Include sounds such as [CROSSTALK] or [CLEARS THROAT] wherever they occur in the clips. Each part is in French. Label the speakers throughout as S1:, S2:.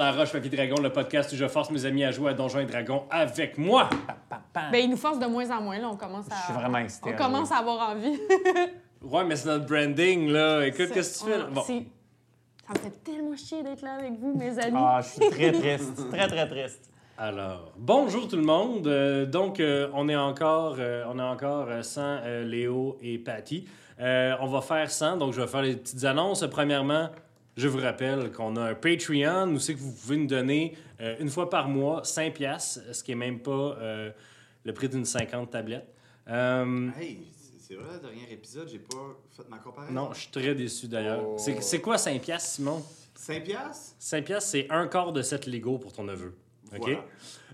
S1: à Roche Papier Dragon, le podcast où je force mes amis à jouer à Donjons et Dragons avec moi.
S2: Ben, ils nous forcent de moins en moins, là. On commence à.
S3: Je suis vraiment excité.
S2: On
S3: à
S2: commence à
S1: [LAUGHS]
S2: avoir envie.
S1: Ouais, mais c'est notre branding, là. Écoute,
S2: C'est-
S1: qu'est-ce que tu fais? là?
S2: on-
S1: Bon,
S2: c'est- Ça me fait tellement chier d'être là avec vous, mes amis.
S3: jouer. Ah, je suis très triste. très, très triste.
S1: alors, bonjour tout le monde. Euh, donc, euh, on est encore, euh, on est encore euh, sans euh, Léo et Patty. Euh, on va faire sans, donc je vais faire les petites annonces. Premièrement, je vous rappelle qu'on a un Patreon où c'est que vous pouvez nous donner euh, une fois par mois 5 piastres, ce qui est même pas euh, le prix d'une 50 tablette. Euh,
S4: Hey, c'est c'est vrai, le dernier épisode, j'ai pas fait ma comparaison.
S1: Non, je suis très déçu d'ailleurs.
S3: Oh.
S1: C'est c'est quoi 5 piastres, Simon?
S4: 5 piastres?
S1: 5 piastres, c'est un quart de 7 Lego pour ton neveu. OK?
S4: Voilà.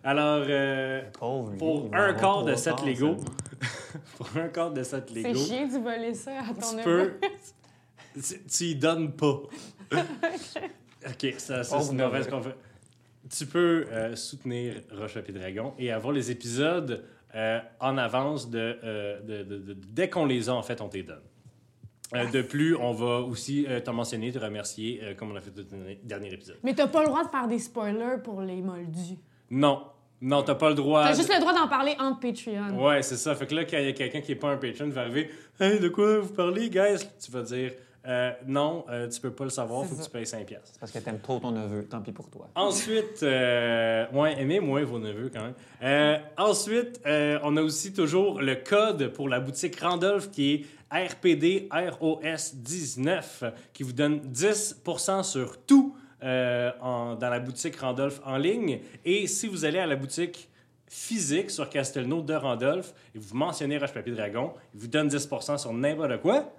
S1: Alors, euh,
S3: Pauvre lui, il
S1: pour
S3: va
S1: un
S3: avoir
S1: quart
S3: trois
S1: de 7
S3: quarts,
S1: Lego,
S3: ça.
S1: [LAUGHS] pour un quart de 7
S2: c'est
S1: Lego,
S2: chier de voler ça à ton
S1: tu
S2: neveu.
S1: peux. [LAUGHS] tu- tu y donnes
S2: [LAUGHS]
S1: pas. OK, ça, ça, c'est
S3: Pauvre
S1: une mauvaise
S3: neveu.
S1: confé- Tu peux euh, soutenir Roche Papier Dragon et avoir les épisodes euh, en avance de, euh, de- de- de- dès qu'on les a, en fait, on te les donne. Euh, de plus, on va aussi euh, te mentionner, te remercier, euh, comme on a fait dans le dernier épisode.
S2: Mais t'as pas le droit de faire des spoilers pour les moldus.
S1: Non. Non, t'as pas le
S3: Ah,
S1: droit.
S2: T'as
S1: de-
S2: juste le droit d'en parler en Patreon.
S1: Ouais, c'est ça. Fait que là, quand il y a quelqu'un qui est pas un patron, va arriver Hey, de quoi vous parlez, guys Tu vas dire Euh, Non, euh, tu peux pas le savoir,
S3: C'est
S1: faut que
S3: ça.
S1: tu payes 5$. piastres.
S3: C'est parce que t'aimes trop ton neveu. Tant pis pour toi.
S1: Ensuite, euh, ouais, aimez moins vos neveux quand même. Euh, ensuite, euh, on a aussi toujours le code pour la boutique Randolph qui est RPD ROS 19 qui vous donne 10% sur tout euh, en- dans la boutique Randolph en ligne. Et si vous allez à la boutique physique sur Castelnau de Randolph et vous mentionnez Roche Papier Dragon, ils vous donnent 10% sur n'importe quoi.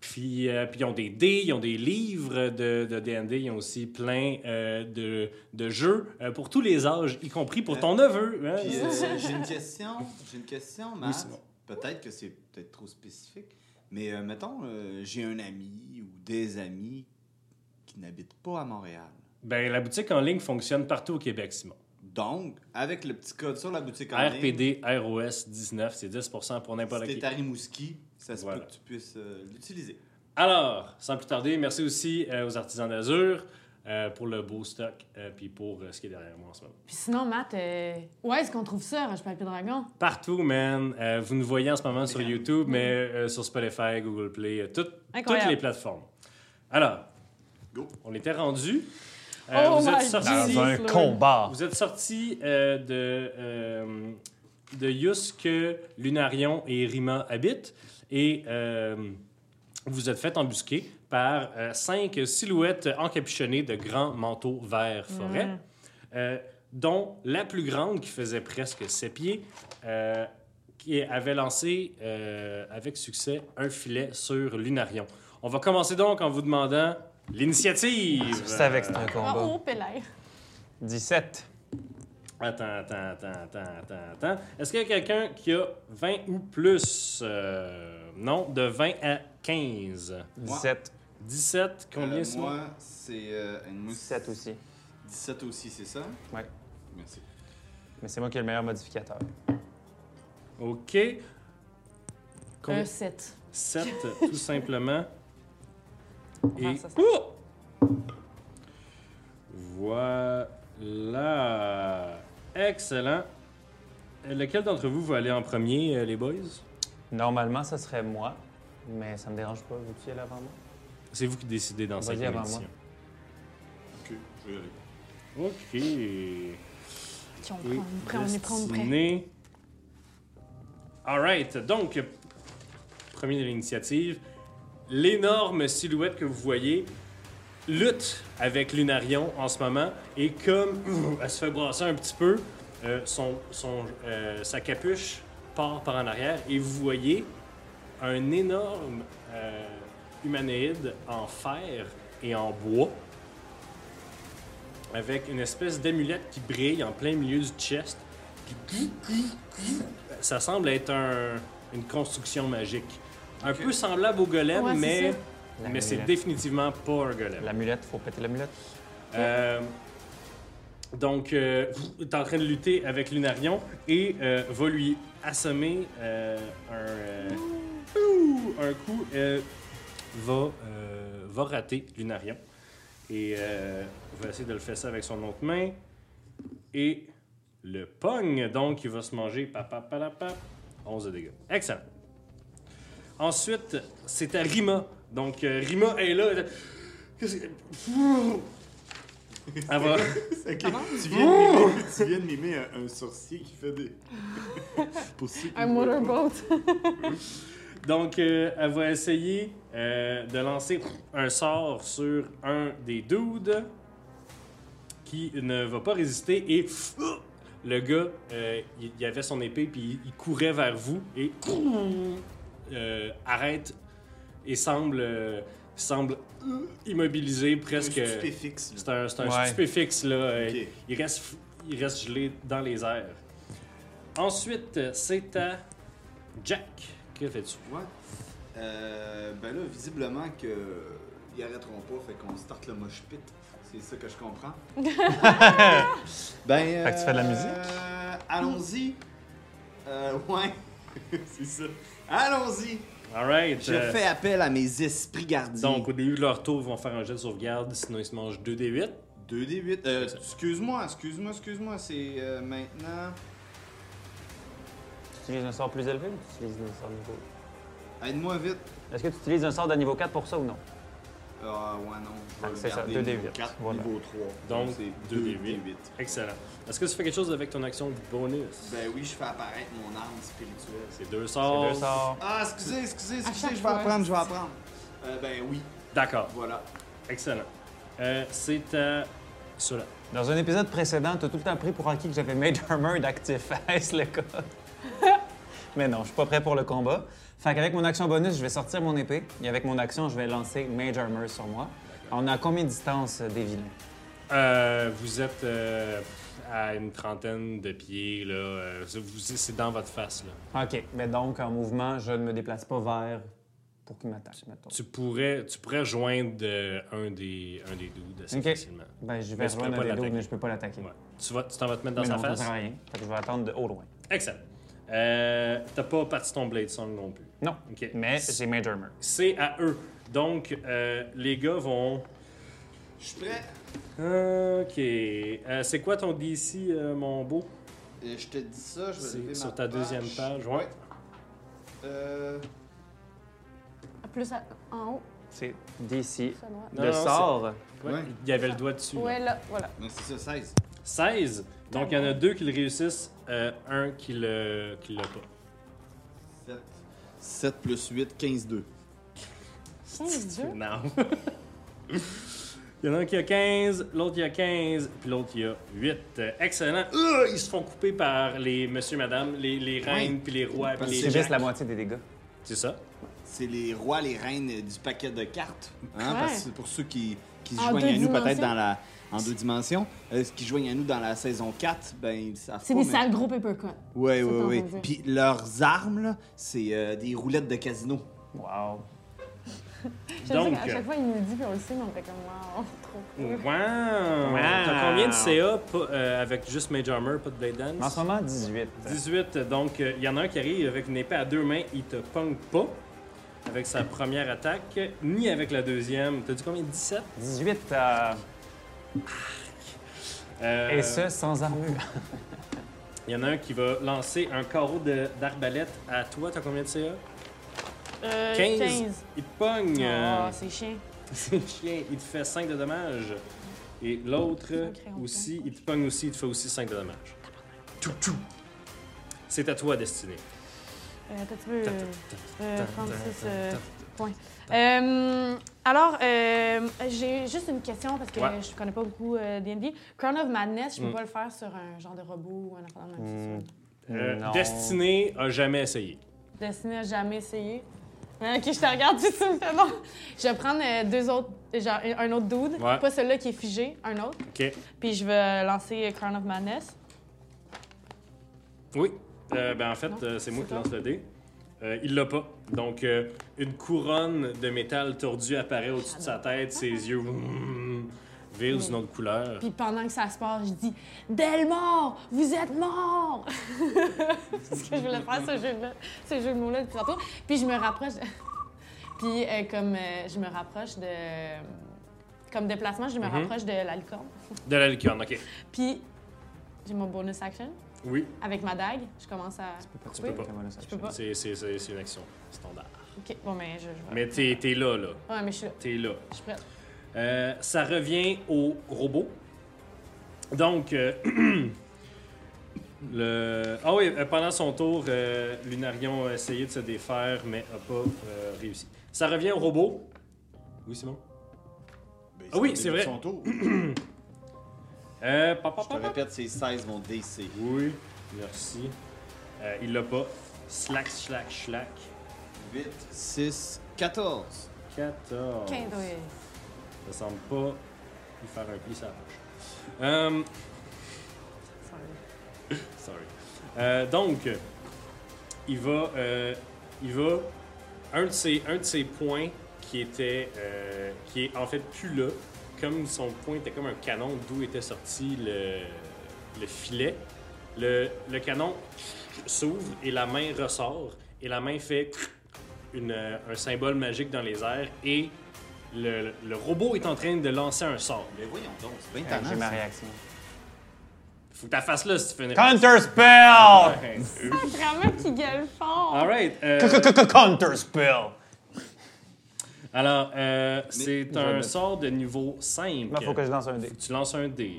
S1: Puis, euh, puis ils ont des dés, ils ont des livres de de D&D, ils ont aussi plein euh, de, de jeux euh, pour tous les âges, y compris pour ton neveu. hein.
S4: Puis, euh, j'ai une question, j'ai une question, Matt.
S1: Simon.
S4: peut-être que c'est peut-être trop spécifique, mais euh, mettons, euh, j'ai un ami ou des amis qui n'habitent pas à Montréal.
S1: Ben, la boutique en ligne fonctionne partout au Québec, Simon.
S4: Donc, avec le petit code sur la boutique en ligne,
S1: RPD ROS 19, c'est 10 pour n'importe
S4: si
S1: qui.
S4: t'es à Rimouski, ça se
S1: Voilà.
S4: peut que tu puisses euh, l'utiliser.
S1: Alors, sans plus tarder, merci aussi euh, aux artisans d'Azur euh, pour le beau stock euh, puis pour euh, ce qui est derrière moi en ce moment.
S2: Puis sinon, Matt, euh, où est-ce qu'on trouve ça, Roche Papier Dragon?
S1: Partout, man. Euh, vous nous voyez en ce moment sur
S4: Man.
S1: YouTube, mais euh, sur Spotify, Google Play, euh, toutes- toutes
S2: Mm. Incroyable.
S1: les plateformes. Alors,
S4: Go.
S1: on était rendu.
S2: Oh
S1: vous,
S2: my
S1: êtes sortis,
S2: Dans un Lord.
S3: combat.
S1: vous êtes sortis, euh, de, euh, de Yus que Lunarion et Rima habitent et euh, vous vous êtes fait embusquer par euh, cinq silhouettes encapuchonnées de grands manteaux verts forêt, euh, dont la plus grande qui faisait presque ses pieds. euh, qui avait lancé euh, avec succès un filet sur Lunarion. On va commencer donc en vous demandant l'initiative.
S3: Je savais que c'était un
S2: Ah,
S3: combat.
S2: oh, Pélère.
S3: 17.
S1: Attends, attends, attends, attends, attends, attends. Est-ce qu'il y a quelqu'un qui a 20 ou plus? Euh, non, de 20 à 15.
S3: 17.
S1: 17, combien
S4: Euh,
S1: c'est?
S4: Moi, c'est... euh, moi, c'est-
S3: 17 aussi.
S4: 17 aussi, c'est ça?
S3: Ouais.
S4: Merci.
S3: Mais c'est moi qui ai le meilleur modificateur.
S1: OK. Combien?
S2: Un 7.
S1: 7,
S2: [LAUGHS]
S1: tout simplement. Et Oh!
S2: Ah, ça, c'est-
S1: voilà. Excellent. Euh, Lequel d'entre vous va aller en premier, euh, les boys?
S3: Normalement, ce serait moi. Mais ça me dérange pas, vu que tu es là avant moi.
S1: C'est vous qui décidez dans cette
S3: Vas-y, avant
S1: édition.
S4: Ok, je vais y aller.
S1: OK.
S2: Puis on prend, on prend, on est prêt, on est prêt.
S1: Destiné. All right. Donc, premier de l'initiative, l'énorme silhouette que vous voyez lutte avec Lunarion en ce moment et comme ouh, elle se fait brasser un petit peu, euh, son, son, euh, sa capuche part par en arrière et vous voyez un énorme euh, humanoïde en fer et en bois avec une espèce d'amulette qui brille en plein milieu du chest. Puis, Ça semble être un- une construction magique. Un peu semblable au golem,
S2: Ouais, c'est
S1: mais,
S2: ça.
S1: mais c'est
S3: L'amulette.
S1: définitivement pas un golem.
S3: L'amulette, faut péter l'amulette.
S1: Euh, donc, euh, vous êtes en train de lutter avec Lunarion et euh, va lui assommer euh, un, euh, ouh, un coup. euh, va, euh, va rater Lunarion. Et euh, va essayer de le fesser avec son autre main. Et le pogne, donc, il va se manger. Pa, pa, pa, la, pa. 11 de dégâts. Excellent. Ensuite, c'est à Rima. Donc, euh, Rima est là. elle- Qu'est-ce que. Elle va-
S4: Ok, tu, viens de mimer, tu viens de mimer un, un sorcier qui fait des. [LAUGHS] Pour ceux qui
S2: Un
S4: voient pas.
S2: motorboat. [LAUGHS]
S1: Donc, euh, elle va essayer euh, de lancer un sort sur un des dudes qui ne va pas résister et le gars, euh, il, il avait son épée puis il, il courait vers vous et euh, arrête et semble, euh, semble immobilisé presque.
S4: Un stupéfixe, là.
S1: C'est un, c'est un
S3: Ouais.
S1: stupéfixe, là. euh,
S4: Ok.
S1: Il, reste, f- il reste gelé dans les airs. Ensuite, euh, c'est à Jack. Que fais-tu?
S4: Ouais. Euh, ben là, visiblement que euh, ils arrêteront pas, fait qu'on start le mosh pit. C'est ça que je
S3: [LAUGHS]
S4: comprends. ben.
S3: Fait que tu fais de la
S4: euh,
S3: musique?
S4: Allons-y. Euh, ouais. [LAUGHS] C'est ça. Allons-y.
S1: All right.
S4: Je
S1: euh,
S4: fais appel à mes esprits gardiens.
S1: Donc, au début de leur tour, ils vont faire un jet de sauvegarde, sinon ils se mangent 2d8.
S4: 2d8. Euh, excuse-moi, excuse-moi, excuse-moi. C'est euh, maintenant.
S3: Tu utilises un sort plus élevé ou tu utilises un sort de niveau
S4: Aide-moi vite.
S3: Est-ce que tu utilises un sort de niveau 4 pour ça ou non
S4: Ah, ouais, non. Je
S3: Ah,
S4: vais le
S3: c'est ça,
S4: garder
S3: 2D8,
S4: niveau 4,
S3: voilà.
S4: niveau 3.
S1: Donc,
S4: c'est
S1: 2d8.
S4: 2d8.
S1: Excellent. Est-ce que tu fais quelque chose avec ton action bonus?
S4: Ben oui, je fais apparaître mon arme spirituelle.
S1: C'est deux
S3: C'est
S1: sorts.
S3: deux sorts.
S4: Ah, excusez, excusez, excusez,
S2: chaque
S4: je vais
S2: fois.
S4: apprendre, je vais apprendre. Euh, ben oui,
S1: D'accord.
S4: voilà.
S1: Excellent. Euh, c'est à cela.
S3: Dans un épisode précédent, t'as tout le temps pris pour acquis que j'avais [LAUGHS] Mage Armor d'actif. Est-ce le cas?
S1: [LAUGHS]
S3: Mais non, je suis pas prêt pour le combat. Fait qu'avec mon action bonus, je vais sortir mon épée. Et avec mon action, je vais lancer Mage Armor sur moi. On a combien de distance euh, des vilains?
S1: Euh, vous êtes euh, à une trentaine de pieds, là. euh, c'est- vous- c'est dans votre face, là.
S3: OK. Mais donc, en mouvement, je ne me déplace pas vers pour qu'il m'attaque, mettons.
S1: Tu pourrais, tu pourrais joindre euh, un des, un des dudes assez
S3: Ok.
S1: facilement.
S3: Ben, je
S1: Mais tu
S3: vais
S1: pourrais
S3: rejoindre
S1: pas
S3: un des
S1: l'attaquer.
S3: deux, mais je peux pas l'attaquer.
S1: Ouais. Tu vas- tu t'en vas te mettre dans
S3: Mais
S1: sa
S3: non, ça
S1: face?
S3: sert à rien. Fait que je vais attendre de haut loin.
S1: Excellent. Euh, T'as pas parti ton Blade Song non plus.
S3: Non.
S1: Ok.
S3: Mais j'ai Mage Armor.
S1: C'est à eux. Donc, euh, les gars vont.
S4: Je suis prêt.
S1: Ok. Euh, c'est quoi ton DC, euh, mon beau
S4: Euh, je te dis ça, je vais
S1: C'est
S4: lever
S1: sur
S4: ma
S1: ta deuxième page, ouais.
S4: Euh,
S2: Plus à- en haut,
S3: C'est d'ici.
S2: ça doit.
S1: Non,
S3: Le
S1: non,
S3: sort.
S1: Ouais,
S4: Ouais.
S1: Il y avait le doigt dessus. là.
S2: Ouais, là, voilà.
S4: non, c'est ça, 16.
S1: 16. Donc, il y en a deux qui le réussissent, euh, un qui le, qui l'a pas.
S4: 7. 7 plus 8, 15, 2.
S2: 15, deux.
S1: [LAUGHS] Non. Il y en a un qui a 15, l'autre qui a 15, puis l'autre qui a 8. Euh, excellent. Euh, ils se font couper par les monsieur, madame, les, les reines, puis les rois, puis
S4: Parce
S1: les
S4: que
S3: C'est juste
S1: jacques.
S3: la moitié des dégâts.
S1: C'est ça.
S4: C'est les rois, les reines euh, du paquet de cartes. Hein,
S2: Ouais.
S4: parce que pour ceux qui, qui se
S2: En
S4: joignent à
S2: deux
S4: nous peut-être
S2: dimensions.
S4: dans la. En deux dimensions, euh, qui se joignent à nous dans la saison 4, ben ils savent
S2: C'est
S4: pas,
S2: des
S4: mais-
S2: sales gros papercuts.
S4: Ouais,
S2: Ça, t'as
S4: ouais, ouais.
S2: entendu.
S4: Puis leurs armes, là, c'est euh, des roulettes de casino.
S3: Wow.
S2: Je
S1: Donc,
S2: sais qu'à
S1: euh,
S2: chaque fois, il nous le dit, puis on le sait, mais on fait comme, wow, [LAUGHS] trop
S1: Wow!
S2: cool.
S1: T'as combien de CA pas- euh, avec juste Mage Armor, pas de Blade
S3: En
S1: Dance?
S3: ce moment, 18.
S1: 18, donc euh, il y en a un qui arrive avec une épée à deux mains, il te punk pas avec sa première attaque, ni avec la deuxième. T'as dit combien? 17?
S3: 18 euh,
S1: Euh,
S3: et ce, sans armure.
S1: Il y en a un qui va lancer un carreau de- d'arbalète à toi. T'as combien de CA?
S2: Euh,
S1: 15.
S2: 15.
S1: Il te pogne. euh, [LAUGHS]
S2: Oh, c'est chiant.
S1: C'est chien. Il te fait 5 de dommages. Et l'autre
S2: C'est un crayon
S1: aussi,
S2: blanc.
S1: il te pogne aussi, il te fait aussi 5 de dommages. Tout, tout. C'est à toi, Destinée.
S2: Euh, attends, tu veux.
S1: Ta, ta,
S2: euh,
S1: ta,
S2: euh,
S1: ta,
S2: 36
S1: ta,
S2: euh,
S1: ta, ta.
S2: points. Euh, alors, euh, j'ai juste une question parce que
S1: Ouais.
S2: je connais pas beaucoup euh, D&D. Crown of Madness, je peux
S1: Mm.
S2: pas le faire sur un genre de robot ou un enfant de même.
S3: Hmm.
S2: c'est sûr.
S1: Euh,
S3: Non.
S1: Destinée a jamais essayé.
S2: Destiné à jamais essayer. Hein, Ok, je te regarde, [LAUGHS] tu sais, c'est bon. Je vais prendre euh, deux autres, genre un autre dude,
S1: Ouais.
S2: pas celui-là qui est figé, un autre.
S1: OK.
S2: Puis je vais lancer euh, Crown of Madness.
S1: Oui. Euh, ben, en fait,
S2: Non,
S1: euh, c'est moi
S2: c'est
S1: qui
S2: pas.
S1: lance le dé. Euh, il l'a pas. Donc, euh, une couronne de métal tordu apparaît au-dessus de
S2: Ah.
S1: sa tête, ses yeux vroom, virent d'une autre couleur.
S2: Puis pendant que ça se passe, je dis Delmore, vous êtes mort! [LAUGHS] C'est ce que je voulais faire, ce jeu de, ce jeu de mots-là depuis tantôt. [LAUGHS] Puis je me rapproche. de- Puis euh, comme euh, je me rapproche de. Comme déplacement, je me
S1: Mhm.
S2: rapproche de la licorne.
S1: De la licorne, ok.
S2: Puis, j'ai mon bonus action.
S1: Oui,
S2: Avec ma dague, je commence à.
S1: tu peux pas.
S2: Je peux pas.
S1: C'est, c'est, c'est, c'est une action standard.
S2: Ok, bon, mais je. je vais-
S1: Mais t'es, t'es là, là.
S2: Ouais, mais je suis là.
S1: T'es là.
S2: Je suis prête.
S1: Euh, ça revient au robot. Donc, euh, [CLEARS THROAT] le... Ah oui, euh, pendant son tour, euh, Lunarion a essayé de se défaire, mais n'a pas euh, réussi. Ça revient au robot. Oui, Simon.
S4: Ben,
S1: Ah oui,
S4: le
S1: c'est
S4: début de
S1: vrai.
S4: Son tour.
S1: Euh, pa, pa,
S4: Je te
S1: pa, pa.
S4: répète, c'est 16 mon DC.
S1: Oui, merci. Euh, il l'a pas. Slack, slack, slack.
S4: 8, 6, 14.
S1: 14.
S2: Quinze, ouais.
S1: Ça semble pas lui faire un pli sur la poche. Euh,
S2: Sorry.
S1: Sorry. Euh, donc, il va, euh, il va, un de ses, un de ses points qui était, euh, qui est en fait plus là, comme son point était comme un canon d'où était sorti le, le filet. Le, le canon s'ouvre et la main ressort et la main fait une, euh, un symbole magique dans les airs et le, le robot est en train de lancer un sort.
S4: Mais voyons donc, c'est bien
S3: J'ai
S4: tannant.
S3: ma
S4: ça.
S3: réaction.
S1: Faut que ta face là si tu fais une...
S3: Counter spell!
S2: Vraiment qui gueule fort.
S1: All right. euh,
S3: Counter spell!
S1: Alors, euh, c'est
S3: je vais
S1: un
S3: le-
S1: sort de niveau 5.
S3: Il faut que je lance un dé.
S1: Faut que tu lances un dé.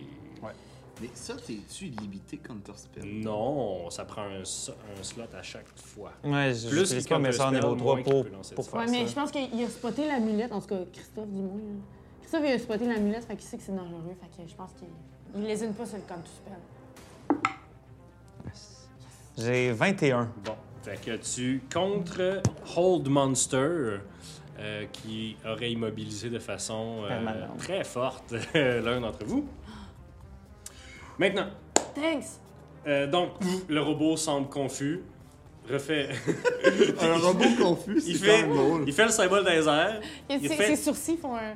S4: Mais ça, t'es-tu limité Counter Spell?
S1: Mm. Non, ça prend un, so- un slot à chaque fois.
S3: Ouais, je
S1: Plus
S3: n'utilise
S1: les
S3: pas mes sorts
S1: counter
S3: niveau
S1: spells,
S3: 3
S1: moins
S3: pour,
S1: qu'il peut lancer
S3: pour
S1: ça.
S3: faire
S2: ouais, mais je
S3: ça.
S2: pense qu'il a spoté l'amulette, en tout cas, Christophe, du moins. là. Christophe, il a spoté l'amulette, fait qu'il sait que c'est dangereux, fait que je pense qu'il il lésine pas sur le camp tout spell.
S3: J'ai 21.
S1: Bon, fait que tu contre Hold Monster, euh, qui aurait immobilisé de façon euh,
S3: Permanente.
S1: très forte [LAUGHS] l'un d'entre vous. Maintenant,
S2: Thanks!
S1: euh, donc, le robot semble confus, refait,
S4: [LAUGHS] Un robot confus,
S1: il,
S4: c'est
S1: fait,
S4: quand même drôle.
S1: il fait le symbole des airs.
S2: Et
S1: Il
S2: ses,
S1: fait-
S2: ses sourcils font un.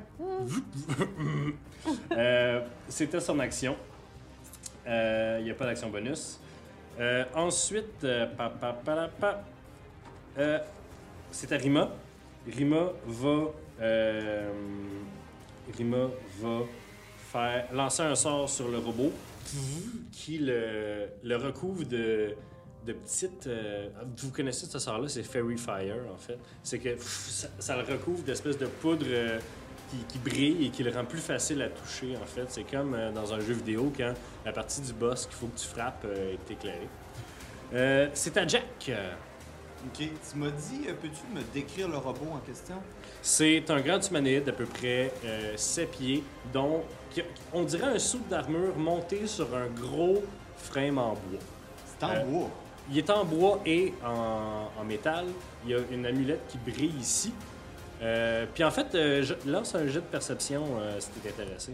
S1: Euh, C'était son action. Euh, Il n'y a pas d'action bonus. Euh, ensuite, euh, pa- pa- pa- la- pa- euh, c'est à Rima. Rima va. euh, Rima va faire lancer un sort sur le robot qui le, le recouvre de, de petites. euh, vous connaissez ce sort-là, c'est Fairy Fire en fait. C'est que pff, ça, ça le recouvre d'espèces de poudre euh, qui, qui brille et qui le rend plus facile à toucher en fait. C'est comme euh, dans un jeu vidéo quand la partie du boss qu'il faut que tu frappes euh, est éclairée. Euh, c'est à Jack.
S4: Ok, tu m'as dit, euh, peux-tu me décrire le robot en question?
S1: C'est un grand humanoïde d'à peu près 7 pieds, dont qui- on dirait un soupe d'armure monté sur un gros frame en bois.
S4: C'est en
S1: Euh,
S4: bois.
S1: Il est en bois et en, en métal. Il y a une amulette qui brille ici. Euh, puis en fait, euh, je lance un jet de perception euh, si t'es intéressé.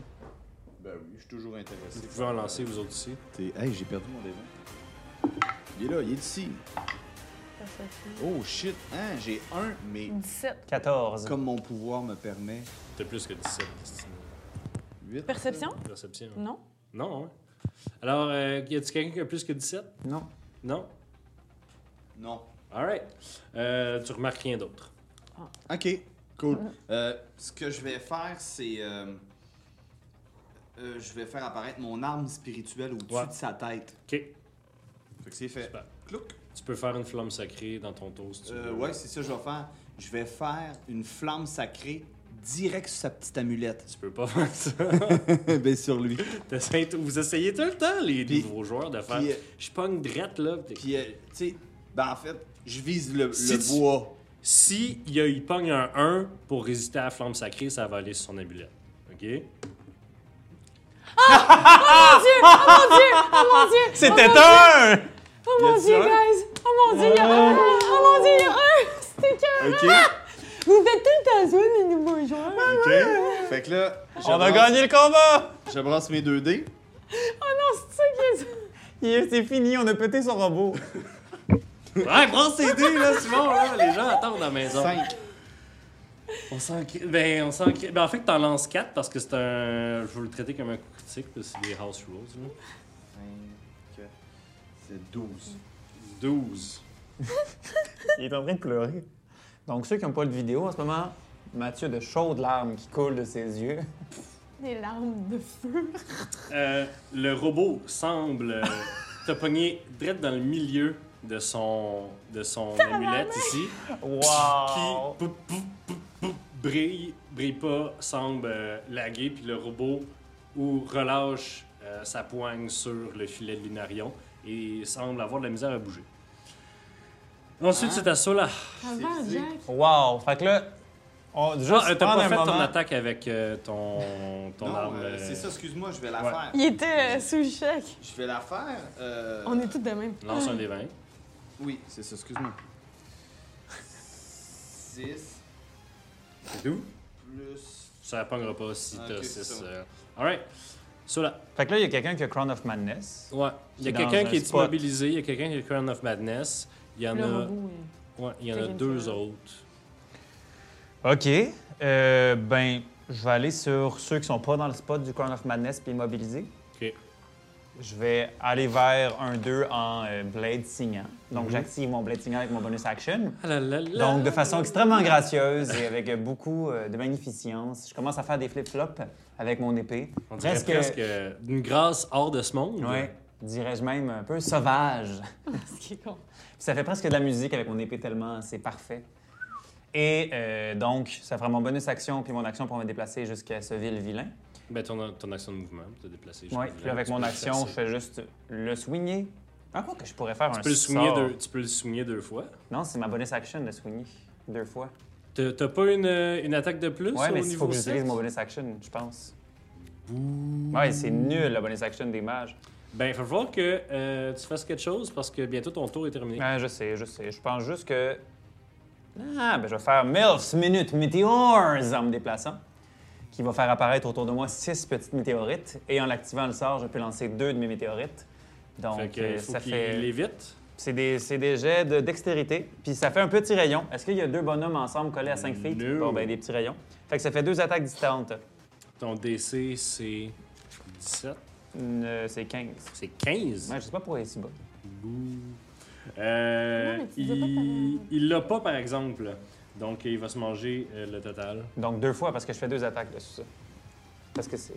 S4: Ben oui, je suis toujours intéressé. euh,
S1: Vous pouvez en lancer, vous autres aussi.
S4: Hey, j'ai perdu mon démon. Il est là, il est ici. Oh shit, hein, j'ai un, mais
S2: 17.
S3: 14.
S4: comme mon pouvoir me permet.
S1: T'as plus que 17. c'est
S4: huit,
S2: Perception?
S1: une Perception.
S2: Non.
S1: Non, hein? Alors, euh, y a-t-il quelqu'un qui a plus que 17?
S3: Non.
S1: Non?
S4: euh, Non.
S1: Alright. Euh, tu remarques rien d'autre.
S4: Ok, cool. Euh, ce que je vais faire, c'est. euh, euh, je vais faire apparaître mon arme spirituelle au-dessus
S1: Ouais.
S4: de sa tête.
S1: Ok.
S4: Fait que c'est fait.
S1: Super.
S4: Clouc.
S1: Tu peux faire une flamme sacrée dans ton toast. si tu
S4: Euh,
S1: veux.
S4: ouais, c'est ça que je vais faire. Je vais faire une flamme sacrée direct sur sa
S1: [LAUGHS]
S4: petite amulette.
S1: Tu peux pas faire ça.
S4: ben sur lui.
S1: T'essayes- vous essayez tout le temps, les
S4: Puis-
S1: nouveaux joueurs, de faire.
S4: puis, euh,
S1: Je pogne drette, là. pis t'es-
S4: Puis, euh, tu sais, ben en fait, je vise le,
S1: Si
S4: le
S1: tu-
S4: bois.
S1: Si il, y a- il pogne un 1 pour résister à la flamme sacrée, ça va aller sur son amulette. [LAUGHS] OK?
S2: Oh mon dieu!
S3: C'était un!
S2: Oh mon
S4: Y a-tu
S2: dieu,
S4: un?
S2: guys! Oh mon dieu, il y a un! Oh mon dieu, il y a un! C'était que.
S4: Ok,
S2: Vous faites tout le temps ça, les nouveaux joueurs!
S4: ok. Fait que là, je,
S3: On a
S4: brasse,
S3: gagné le combat!
S4: je brasse mes deux dés.
S2: Oh non, c'est ça qui est.
S3: Yeah, C'est fini, on a pété son robot. [LAUGHS]
S1: Ouais, prends ces dés, là, c'est bon, là. Les gens attendent à la maison.
S4: 5.
S1: On s'en cri- Ben, on s'en cri- Ben, en fait, t'en lances 4 parce que c'est un. Je veux le traiter comme un coup critique, parce que c'est des house rules, là.
S4: C'est 12.
S1: 12.
S3: Il est en train de pleurer. Donc, ceux qui n'ont pas de vidéo en ce moment, Mathieu a de chaudes larmes qui coulent de ses yeux.
S2: des larmes de feu.
S1: Euh, le robot semble [LAUGHS] euh, te pogner direct dans le milieu de son, de son amulette ici.
S3: Wow! oh.
S1: qui pou- pou- pou- pou- brille, brille pas, semble euh, laguer, puis le robot ou relâche euh, sa poigne sur le filet de Lunarion et semble avoir de la misère à bouger. Ensuite, c'est à Sola.
S2: Avant,
S4: C'est-
S2: Jack.
S3: Wow! Fait que là, on, juste
S1: Ah, euh, t'as
S3: prendre
S1: pas
S3: un
S1: fait ton
S3: moment-
S1: attaque avec euh, ton, ton
S4: Non,
S1: arme.
S4: euh,
S1: euh,
S4: c'est ça, excuse-moi, je vais la
S1: ouais.
S4: faire.
S2: Il était euh, sous le choc.
S4: Je vais la faire. euh,
S2: On est tous de même.
S1: Lance un des 20.
S4: Oui, c'est ça, excuse-moi. 6
S1: C'est tout?
S4: plus.
S1: Ça pongera pas si t'as
S4: Ok,
S1: 6.
S4: c'est ça.
S1: Alright. Sola.
S3: Fait que là, il y a quelqu'un qui a Crown of Madness.
S1: Ouais. Il y a
S3: Dans
S1: quelqu'un
S3: un
S1: qui est
S3: spot.
S1: immobilisé, il y a quelqu'un qui est Crown of Madness. Il y en
S2: Le
S1: a.
S2: robot, euh,
S1: Ouais, il y en a
S2: Taken
S1: deux
S2: Fire.
S1: autres.
S3: OK. Euh, ben, je vais aller sur ceux qui sont pas dans le spot du Crown of Madness puis immobilisés.
S1: Ok.
S3: Je vais aller vers un 2 en euh, blade signant. Donc,
S1: Mhm.
S3: j'active mon blade signant avec mon bonus action.
S1: Ah là là là.
S3: Donc, de façon extrêmement gracieuse et avec euh, beaucoup euh, de magnificence, je commence à faire des flip-flops avec mon épée.
S1: On dirait presque, euh, d'une grâce hors de ce monde.
S3: Ouais, dirais-je même un peu sauvage.
S2: Ce qui est con.
S3: Puis ça fait presque de la musique avec mon épée tellement c'est parfait. Et euh, donc, ça fera mon bonus action puis mon action pour me déplacer jusqu'à ce ville vilain.
S1: Ben, ton, ton action de mouvement, t'as déplacé.
S3: Oui, puis là, avec mon action, je fais juste le swinguer. Ah, quoi que je pourrais faire un
S1: Tu peux, le soigner
S3: sort.
S1: deux, tu peux le soigner deux fois.
S3: Non, c'est ma bonus action de swinguer deux fois.
S1: T'as t'as pas une, euh, une attaque de plus
S3: Ouais,
S1: au
S3: mais il
S1: niveau
S3: faut que
S1: 7?
S3: j'utilise mon bonus action, je pense. Ouais, c'est nul la bonus action des mages.
S1: Ben, il va falloir que euh, tu fasses quelque chose parce que bientôt ton tour est terminé.
S3: Ouais, je sais, je sais. Je pense juste que. Ah, ben je vais faire MILF's Minute Meteors en me déplaçant, qui va faire apparaître autour de moi six petites météorites. Et en l'activant le sort, je peux lancer deux de mes météorites. Donc,
S1: fait que,
S3: euh,
S1: faut
S3: ça
S1: qu'il
S3: fait.
S1: évite.
S3: C'est des, c'est des jets de dextérité. Puis ça fait un petit rayon. Est-ce qu'il y a deux bonhommes ensemble collés à 5 feet?
S1: No.
S3: Bon, ben des petits rayons. Fait que ça fait deux attaques distantes.
S1: Ton DC, c'est 17.
S3: Une, euh, c'est 15.
S1: C'est 15.
S3: Ouais, je sais pas pourquoi il est si bas.
S1: Euh,
S2: Non, mais tu disais pas que
S1: il
S2: t'avais-
S1: il l'a pas, par exemple. Donc, il va se manger euh, le total.
S3: Donc deux fois, parce que je fais deux attaques dessus ça. Parce que c'est...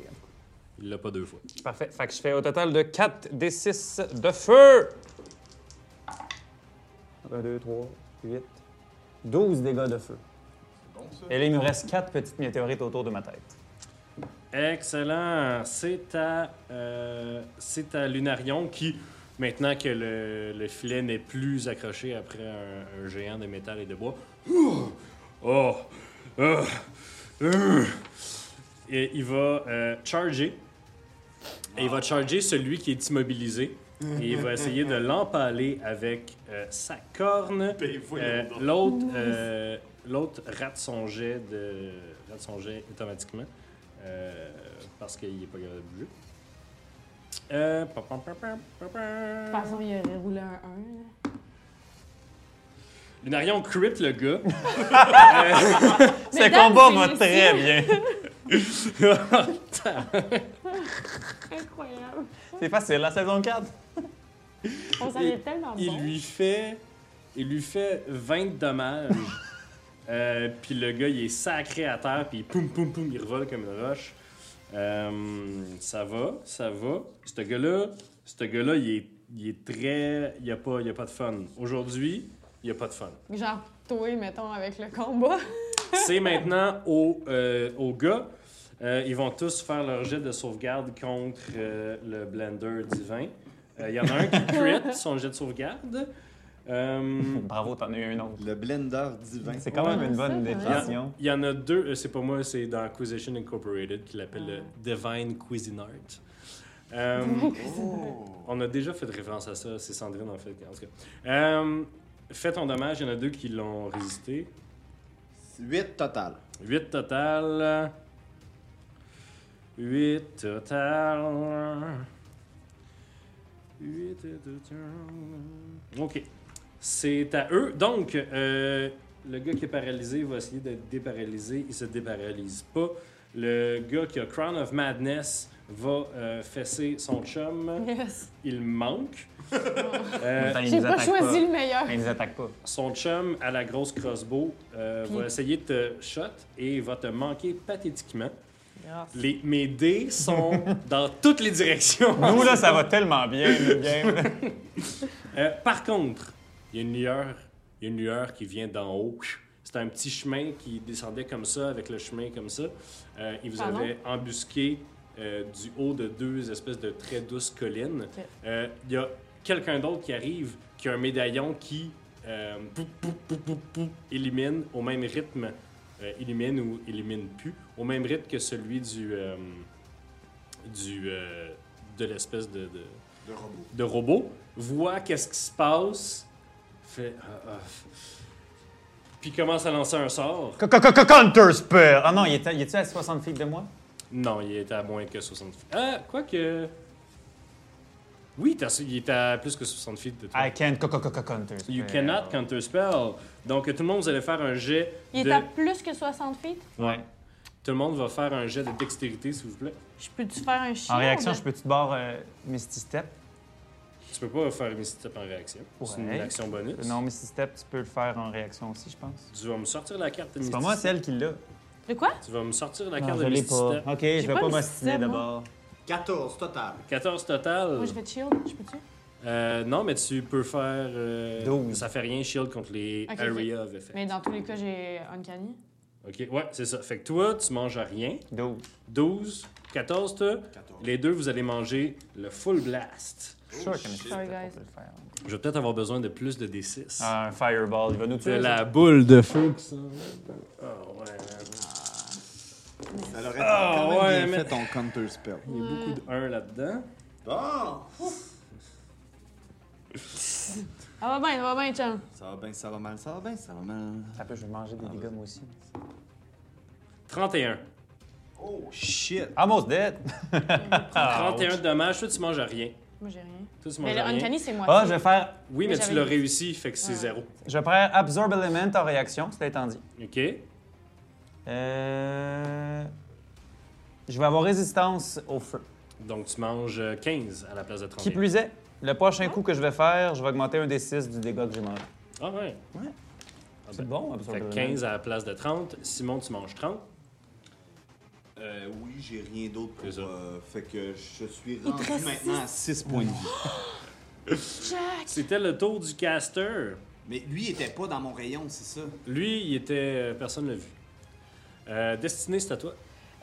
S1: Il l'a pas deux fois.
S3: Parfait. Fait que je fais au total de 4 des 6 de feu. 1, 2, 3, 8, 12 dégâts de feu.
S4: Bon, ça.
S3: Et là, il me reste 4 petites météorites autour de ma tête.
S1: Excellent. C'est à, euh, c'est à Lunarion qui, maintenant que le, le filet n'est plus accroché après un, un géant de métal et de bois, Ouh! oh, Ah! Euh! Et il va euh, charger. Et il va charger celui qui est immobilisé. Et il va essayer de l'empaler avec euh, sa corne.
S4: Ben, voyons
S1: Euh,
S4: donc.
S1: l'autre, euh, l'autre rate son jet de rate son jet automatiquement euh, parce qu'il est pas capable de bouger. Euh, pam, pam, pam, pam, pam,
S2: De
S1: pam.
S2: toute façon, il aurait roulé un 1.
S1: Lunarion crit le gars.
S3: Ce
S2: Mesdames
S3: combat
S2: et
S3: va
S2: messieurs.
S3: très bien.
S2: [LAUGHS] Incroyable.
S3: C'est facile, la saison 4.
S2: On s'en est tellement
S1: il
S2: bon.
S1: lui fait il lui fait 20 dommages. Euh, puis le gars il est sacré à terre puis poum poum poum il revole comme une roche. Euh, ça va, ça va. Ce gars-là, ce gars-là, il est, il est très il a pas il a pas de fun. Aujourd'hui, il a pas de fun.
S2: Genre, toi, mettons, avec le combat. [LAUGHS]
S1: C'est maintenant aux, euh, aux gars. Euh, ils vont tous faire leur jet de sauvegarde contre euh, le blender divin. Euh, Il y en a un qui crit son jet de sauvegarde. Euh,
S3: Bravo, t'en as eu un autre.
S4: Le blender divin.
S3: C'est quand même
S2: Ouais,
S3: une bonne
S2: ça, quand même.
S3: définition.
S1: Il y en a deux, euh, c'est pas moi, c'est dans Acquisition Incorporated qui l'appelle le Divine Cuisine Art. Euh,
S4: Oh.
S1: on a déjà fait référence à ça, c'est Sandrine en fait. En tout cas. Euh, fais ton dommage, il y en a deux qui l'ont résisté.
S4: 8 total.
S1: 8 total. 8 total. 8 total. Ok. C'est à eux. Donc, euh, le gars qui est paralysé va essayer d'être déparalysé. Il se déparalise pas. Le gars qui a Crown of Madness va euh, fesser son chum.
S2: Yes.
S1: Il manque. Euh,
S3: Attends, il
S2: J'ai
S3: nous
S2: pas
S3: attaque
S2: choisi
S3: pas.
S2: le meilleur.
S3: Il nous attaque
S2: [LAUGHS]
S3: pas.
S1: son chum à la grosse crossbow euh,
S2: Puis-
S1: va essayer de te shot et va te manquer pathétiquement.
S2: grâce.
S1: Les, mes dés sont dans toutes les directions.
S3: Nous, là, ça va tellement bien, le game.
S1: Euh, par contre, il y a une lueur, il y a une lueur qui vient d'en haut. C'est un petit chemin qui descendait comme ça, avec le chemin comme ça. Euh, il vous
S2: Pardon?
S1: avait embusqué euh, du haut de deux espèces de très douces collines.
S2: Ok.
S1: Euh, Il y a quelqu'un d'autre qui arrive, qui a un médaillon qui euh, pou, pou, pou, pou, pou, illumine au même rythme, euh, illumine ou illumine plus, au même rythme que celui du, euh, du euh, de l'espèce de- de,
S4: de robot.
S1: de robot, voit qu'est-ce qui se passe, fait. Ah, ah. Puis commence à lancer un sort.
S3: Counter Spell! Ah non, il est-tu à 60 feet de moi?
S1: Non, il était à moins que 60 feet. Ah, quoique. Oui, t'as- il était à plus que 60 feet de toi.
S3: I can Counter Spell.
S1: You cannot counter spell. Donc tout le monde, vous allez faire un jet.
S2: Il
S1: de...
S2: est à plus que 60 feet?
S1: Ouais. Tout le monde va faire un jet de dextérité, s'il vous plaît.
S2: Je peux-tu faire un chien?
S3: En réaction, je peux-tu te barre euh, Misty Step?
S1: Tu peux pas faire une step en réaction. C'est une
S3: Ouais.
S1: action bonus.
S3: Non, Misty Step, tu peux le faire en réaction aussi, je pense.
S1: Tu vas me sortir la carte de
S3: C'est pas
S1: mystic
S3: moi,
S1: step.
S3: c'est elle qui l'a.
S2: De quoi?
S1: Tu vas me sortir la
S3: Non,
S1: carte
S3: je
S1: de
S3: l'ai
S1: mystic
S3: pas.
S1: step.
S3: Ok, je vais
S2: pas
S3: pas
S2: Misty
S3: m'ostiner
S2: Step, moi.
S3: d'abord.
S4: 14 total.
S1: 14 total.
S2: Moi, je vais chill. Je peux-tu?
S1: Euh, non, mais tu peux faire. euh,
S3: 12.
S1: Ça fait rien, shield contre les
S2: Ok, ok.
S1: area of effect.
S2: Mais dans tous les cas, j'ai Uncanny.
S1: Ok, ouais, c'est ça. Fait que toi, tu manges à rien.
S3: 12.
S1: 12, 14, toi.
S4: 14.
S1: Les deux, vous allez manger le full blast.
S3: Sure que Misty
S4: shit.
S3: Step,
S2: Sorry,
S3: on
S2: guys.
S3: peut le faire.
S1: Je vais peut-être avoir besoin de plus de D6.
S3: Ah, un Fireball, il va nous
S1: de
S3: tuer.
S1: la boule de feu qui s'en va. Ah ouais, man.
S4: Ça l'aurait
S1: Ah,
S4: quand même
S1: ouais,
S4: bien
S1: mais-
S4: fait ton counter spell.
S1: Il y a beaucoup de 1 là-dedans.
S4: Bon!
S2: Ah, va bien, va bien, chum.
S4: Ça va bien, ça va mal, ça va bien, ça va mal.
S3: Après, je vais manger des dégâts, moi aussi.
S1: 31.
S4: Oh shit!
S3: Almost dead! [LAUGHS] Ah,
S1: 31 de dommages. Toi, tu manges à rien.
S2: Moi, j'ai rien.
S1: Toi, tu manges
S2: Mais le
S1: à rien.
S2: Uncanny, c'est moi.
S3: Ah, je vais faire
S1: Oui, mais,
S2: Mais
S1: tu
S2: j'avais
S1: l'as
S2: dit.
S1: réussi, fait que c'est zéro.
S3: Je vais prendre Absorb Element en réaction, cela étant dit.
S1: OK?
S3: Euh... Je vais avoir résistance au feu.
S1: Donc, tu manges euh, 15 à la place de 31.
S3: Qui plus est, le prochain coup que je vais faire, je vais augmenter un des 6 du dégât que j'ai mangé.
S1: Ah ouais.
S3: Ouais.
S1: Ah
S3: C'est
S1: ben,
S3: bon,
S1: Fait
S3: Absorb
S1: que
S3: Element.
S1: 15 à la place de 30. Simon, tu manges 30.
S4: Euh, oui, j'ai rien d'autre pour.
S1: C'est ça.
S4: euh, fait que je suis
S2: te
S4: rendu
S2: reste
S4: maintenant à 6 points de vie.
S2: Jack!
S1: C'était le tour du caster.
S4: Mais lui, il était pas dans mon rayon, c'est ça?
S1: Lui, il était. Personne ne l'a vu. Euh, Destiné, c'est à toi.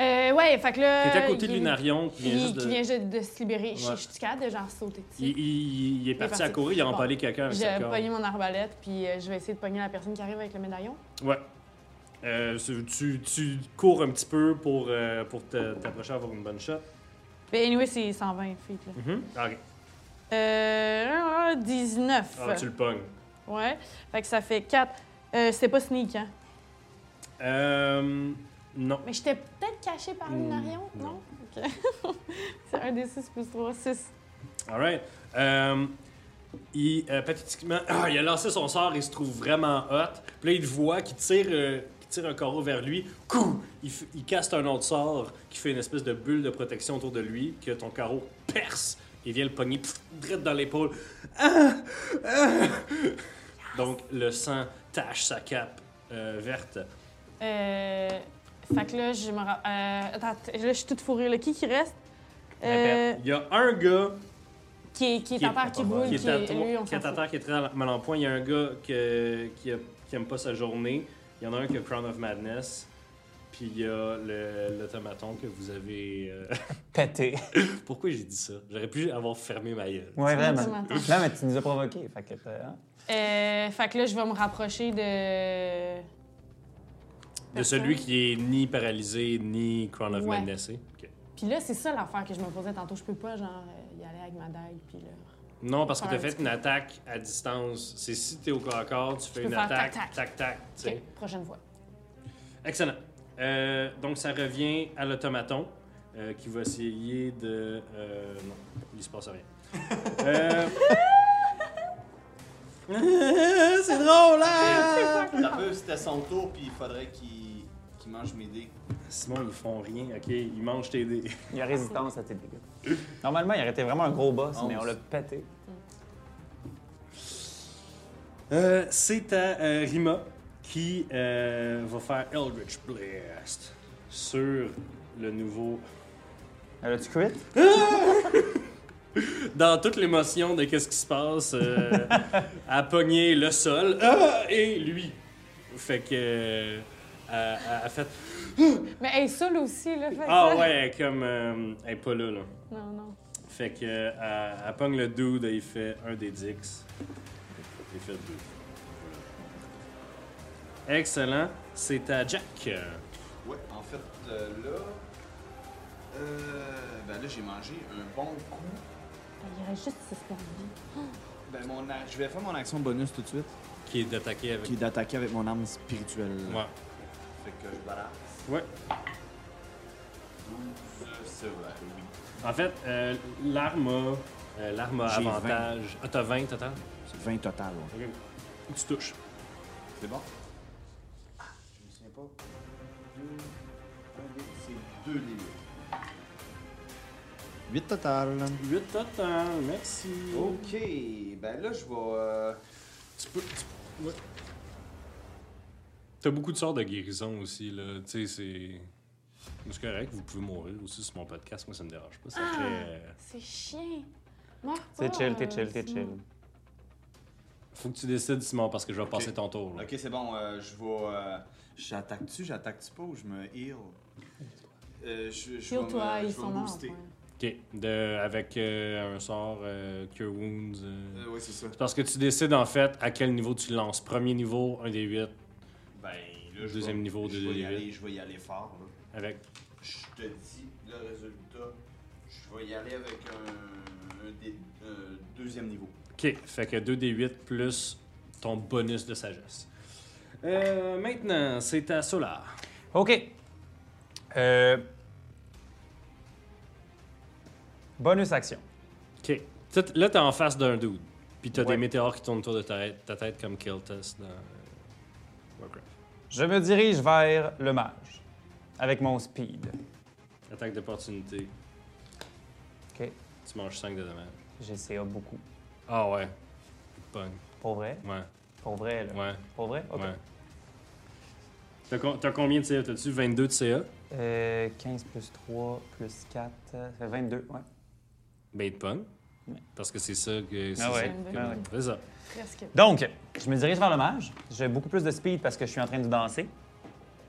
S2: Euh, ouais, fait que là.
S1: T'es à côté de
S2: il-
S1: Lunarion qui
S2: il-
S1: vient juste de.
S2: Qui vient juste de se libérer. Je
S1: Ouais.
S2: je suis capable de genre sauter
S1: Il,
S2: dessus.
S1: il- il est parti à courir, il a
S2: Bon.
S1: empalé quelqu'un avec sa
S2: J'ai
S1: corde.
S2: pogné mon arbalète, puis euh, je vais essayer de pogner la personne qui arrive avec le médaillon.
S1: Ouais. Euh, tu- tu, tu cours un petit peu pour, euh, pour te- t'approcher à avoir une bonne shot.
S2: Mais anyway, c'est 120 feet, là.
S1: Mhm. Ok.
S2: Euh. 19.
S1: Ah, tu le pognes.
S2: Ouais. Fait que ça fait 4. c'est pas sneak, hein?
S1: Euh, non.
S2: Mais j'étais peut-être cachée par
S1: Hmm,
S2: Lunarion, non?
S1: non.
S2: OK. [LAUGHS] c'est 1 des 6 plus 3, 6.
S1: All right. Euh, il, euh, pathétiquement, [LAUGHS] ah, il a lancé son sort, il se trouve vraiment hot. Puis là, il te voit qu'il tire, euh, qu'il tire un carreau vers lui. Coup! Il, f- il caste un autre sort qui fait une espèce de bulle de protection autour de lui, que ton carreau perce. Il vient le pogner pff, direct dans l'épaule. Ah! Ah! Donc, le sang tache sa cape euh, verte.
S2: Euh. Fait que là, je me. ra- Euh, attends, t- là, je suis toute fourrée. Là. Qui qui reste? Euh,
S1: Il y a un gars
S2: qui, est- qui est en terre, qui boule,
S1: qui
S2: qui,
S1: est à
S2: est.
S1: toi-
S2: lui, on
S1: qui
S2: s'en
S1: est à
S2: fout.
S1: terre, qui est très mal en point. Il y a un gars que- qui, a- qui aime pas sa journée. Il y en a un qui a Crown of Madness. Puis il y a le, l'automaton que vous avez. euh, [LAUGHS]
S3: Pété.
S1: Pourquoi j'ai dit ça? J'aurais pu avoir fermé ma gueule.
S3: Ouais,
S2: va,
S3: vraiment.
S2: tu m'entends.
S3: Non, mais tu nous as provoqué. Fait que t'as- hein?
S2: Euh, fait que là, je vais me rapprocher de.
S1: De
S2: Personne.
S1: celui qui est ni paralysé ni Crown of
S2: Ouais.
S1: Madness. Ok.
S2: Puis là, c'est ça l'affaire que je me posais tantôt. Je peux pas, genre, euh, y aller avec ma dague, puis là.
S1: Non, parce que t'as
S2: Faire un
S1: fait une attaque à distance. C'est si t'es au corps à corps, tu fais
S2: peux
S1: une
S2: faire
S1: attaque,
S2: tac-tac.
S1: tac, tac. tu sais.
S2: OK, prochaine fois.
S1: Excellent. Euh, donc, ça revient à l'automaton euh, qui va essayer de. euh, non, il se passe rien. Euh,
S4: C'est drôle, hein? Un peu, c'était son tour, puis il faudrait qu'il qu'il mange mes dés.
S1: Simon, ils font rien, ok? Ils mangent tes dés.
S3: Il y a résistance à tes dégâts. Normalement, il aurait été vraiment un gros boss, mais on l'a pété.
S1: Euh, C'est à euh, Rima qui euh, va faire Eldritch Blast sur le nouveau.
S3: Elle a-tu Euh, crit?
S1: Dans toute l'émotion de qu'est-ce qui se passe, euh, à pogner le sol Ah! et lui. Fait que. euh, elle- elle a fait.
S2: Mais elle est saoule aussi, là. fait que
S1: Ah
S2: ça-
S1: ouais, elle est comme. euh, elle est pas là, là.
S2: Non, non.
S1: Fait que. euh, Elle, elle pogne le dude et il fait un des dix. Il fait deux. Voilà. Excellent. C'est à Jack. euh,
S4: Ouais, en fait, euh, là. Euh, ben là, j'ai mangé un bon coup.
S2: Il y aurait juste 6 points de vie.
S4: Ben, mon, a- je vais faire mon action bonus tout de suite,
S1: Qui est attaqué avec.
S4: qui est d'attaquer avec mon arme spirituelle.
S1: Ouais.
S4: Fait que je balance.
S1: Ouais.
S4: 12, c'est vrai, oui.
S1: En fait, euh, l'arme a, euh, l'arme a
S4: J'ai vingt.
S1: avantage. Ah, t'as 20 total?
S4: C'est 20 total, ouais.
S1: Ok. Tu touches.
S4: C'est bon? Je me souviens pas. Deux, un dé- C'est deux délires. 8 total.
S1: 8 total, merci.
S4: Ok, ben là, je vais. euh,
S1: Tu peux. tu- ouais. T'as beaucoup de sortes de guérison aussi, là. Tu sais, c'est. mais C'est correct, vous pouvez mourir aussi sur mon podcast, moi ça me dérange pas. Ça
S2: Ah!
S1: fait. euh,
S2: C'est chiant. Meurs
S3: C'est
S2: pas,
S3: chill, t'es
S2: euh,
S3: chill, t'es chill.
S2: sinon.
S1: Faut que tu décides, Simon, parce que je vais passer ton tour. là.
S4: Ok, c'est bon, euh, je vais. euh, J'attaque-tu, j'attaque-tu pas ou je me heal? Euh, je, je vais me-
S2: Heal-toi,
S4: je
S2: ils
S4: vais
S2: sont
S4: me
S2: morts.
S4: booster.
S2: ouais.
S1: Ok. De, avec euh, un sort euh, Cure Wounds. euh.
S4: Euh, ouais, c'est ça.
S1: C'est parce que tu décides en fait à quel niveau tu lances. Premier niveau, 1 des 8.
S4: Ben, là, je
S1: Deuxième
S4: vais-
S1: niveau,
S4: je vais, y
S1: deuxième
S4: aller, je vais y aller fort. Là.
S1: Avec
S4: Je te dis le résultat. Je vais y aller avec un, un dé- euh, deuxième niveau.
S1: Ok, fait que 2d8 plus ton bonus de sagesse. Euh, maintenant, c'est à Solar.
S3: Oh, OK. Euh... Bonus action.
S1: Ok. T'as- Là, t'es en face d'un dude. Puis t'as
S3: Ouais.
S1: des météores qui tournent autour de ta tête, ta tête comme Keltus dans euh, Warcraft.
S3: Je me dirige vers le mage avec mon speed.
S1: Attaque d'opportunité.
S3: OK.
S1: Tu manges 5 de dommages.
S3: J'ai CA beaucoup.
S1: Ah ouais. Pong.
S3: Pour vrai?
S1: Ouais.
S3: Pour vrai, là.
S1: Ouais.
S3: Pour vrai? OK.
S1: Ouais. T'as con- T'as combien de CA? T'as-tu 22 de CA?
S3: Euh, 15 plus 3 plus 4, ça fait 22, ouais.
S1: Ben, il te pogne.
S3: Ouais.
S1: Parce que c'est ça que. c'est
S3: Ah
S1: ça
S3: ouais.
S1: que-
S3: Ah ouais.
S1: C'est ça.
S2: Presque.
S3: Donc, je me dirige vers le mage. J'ai beaucoup plus de speed parce que je suis en train de danser.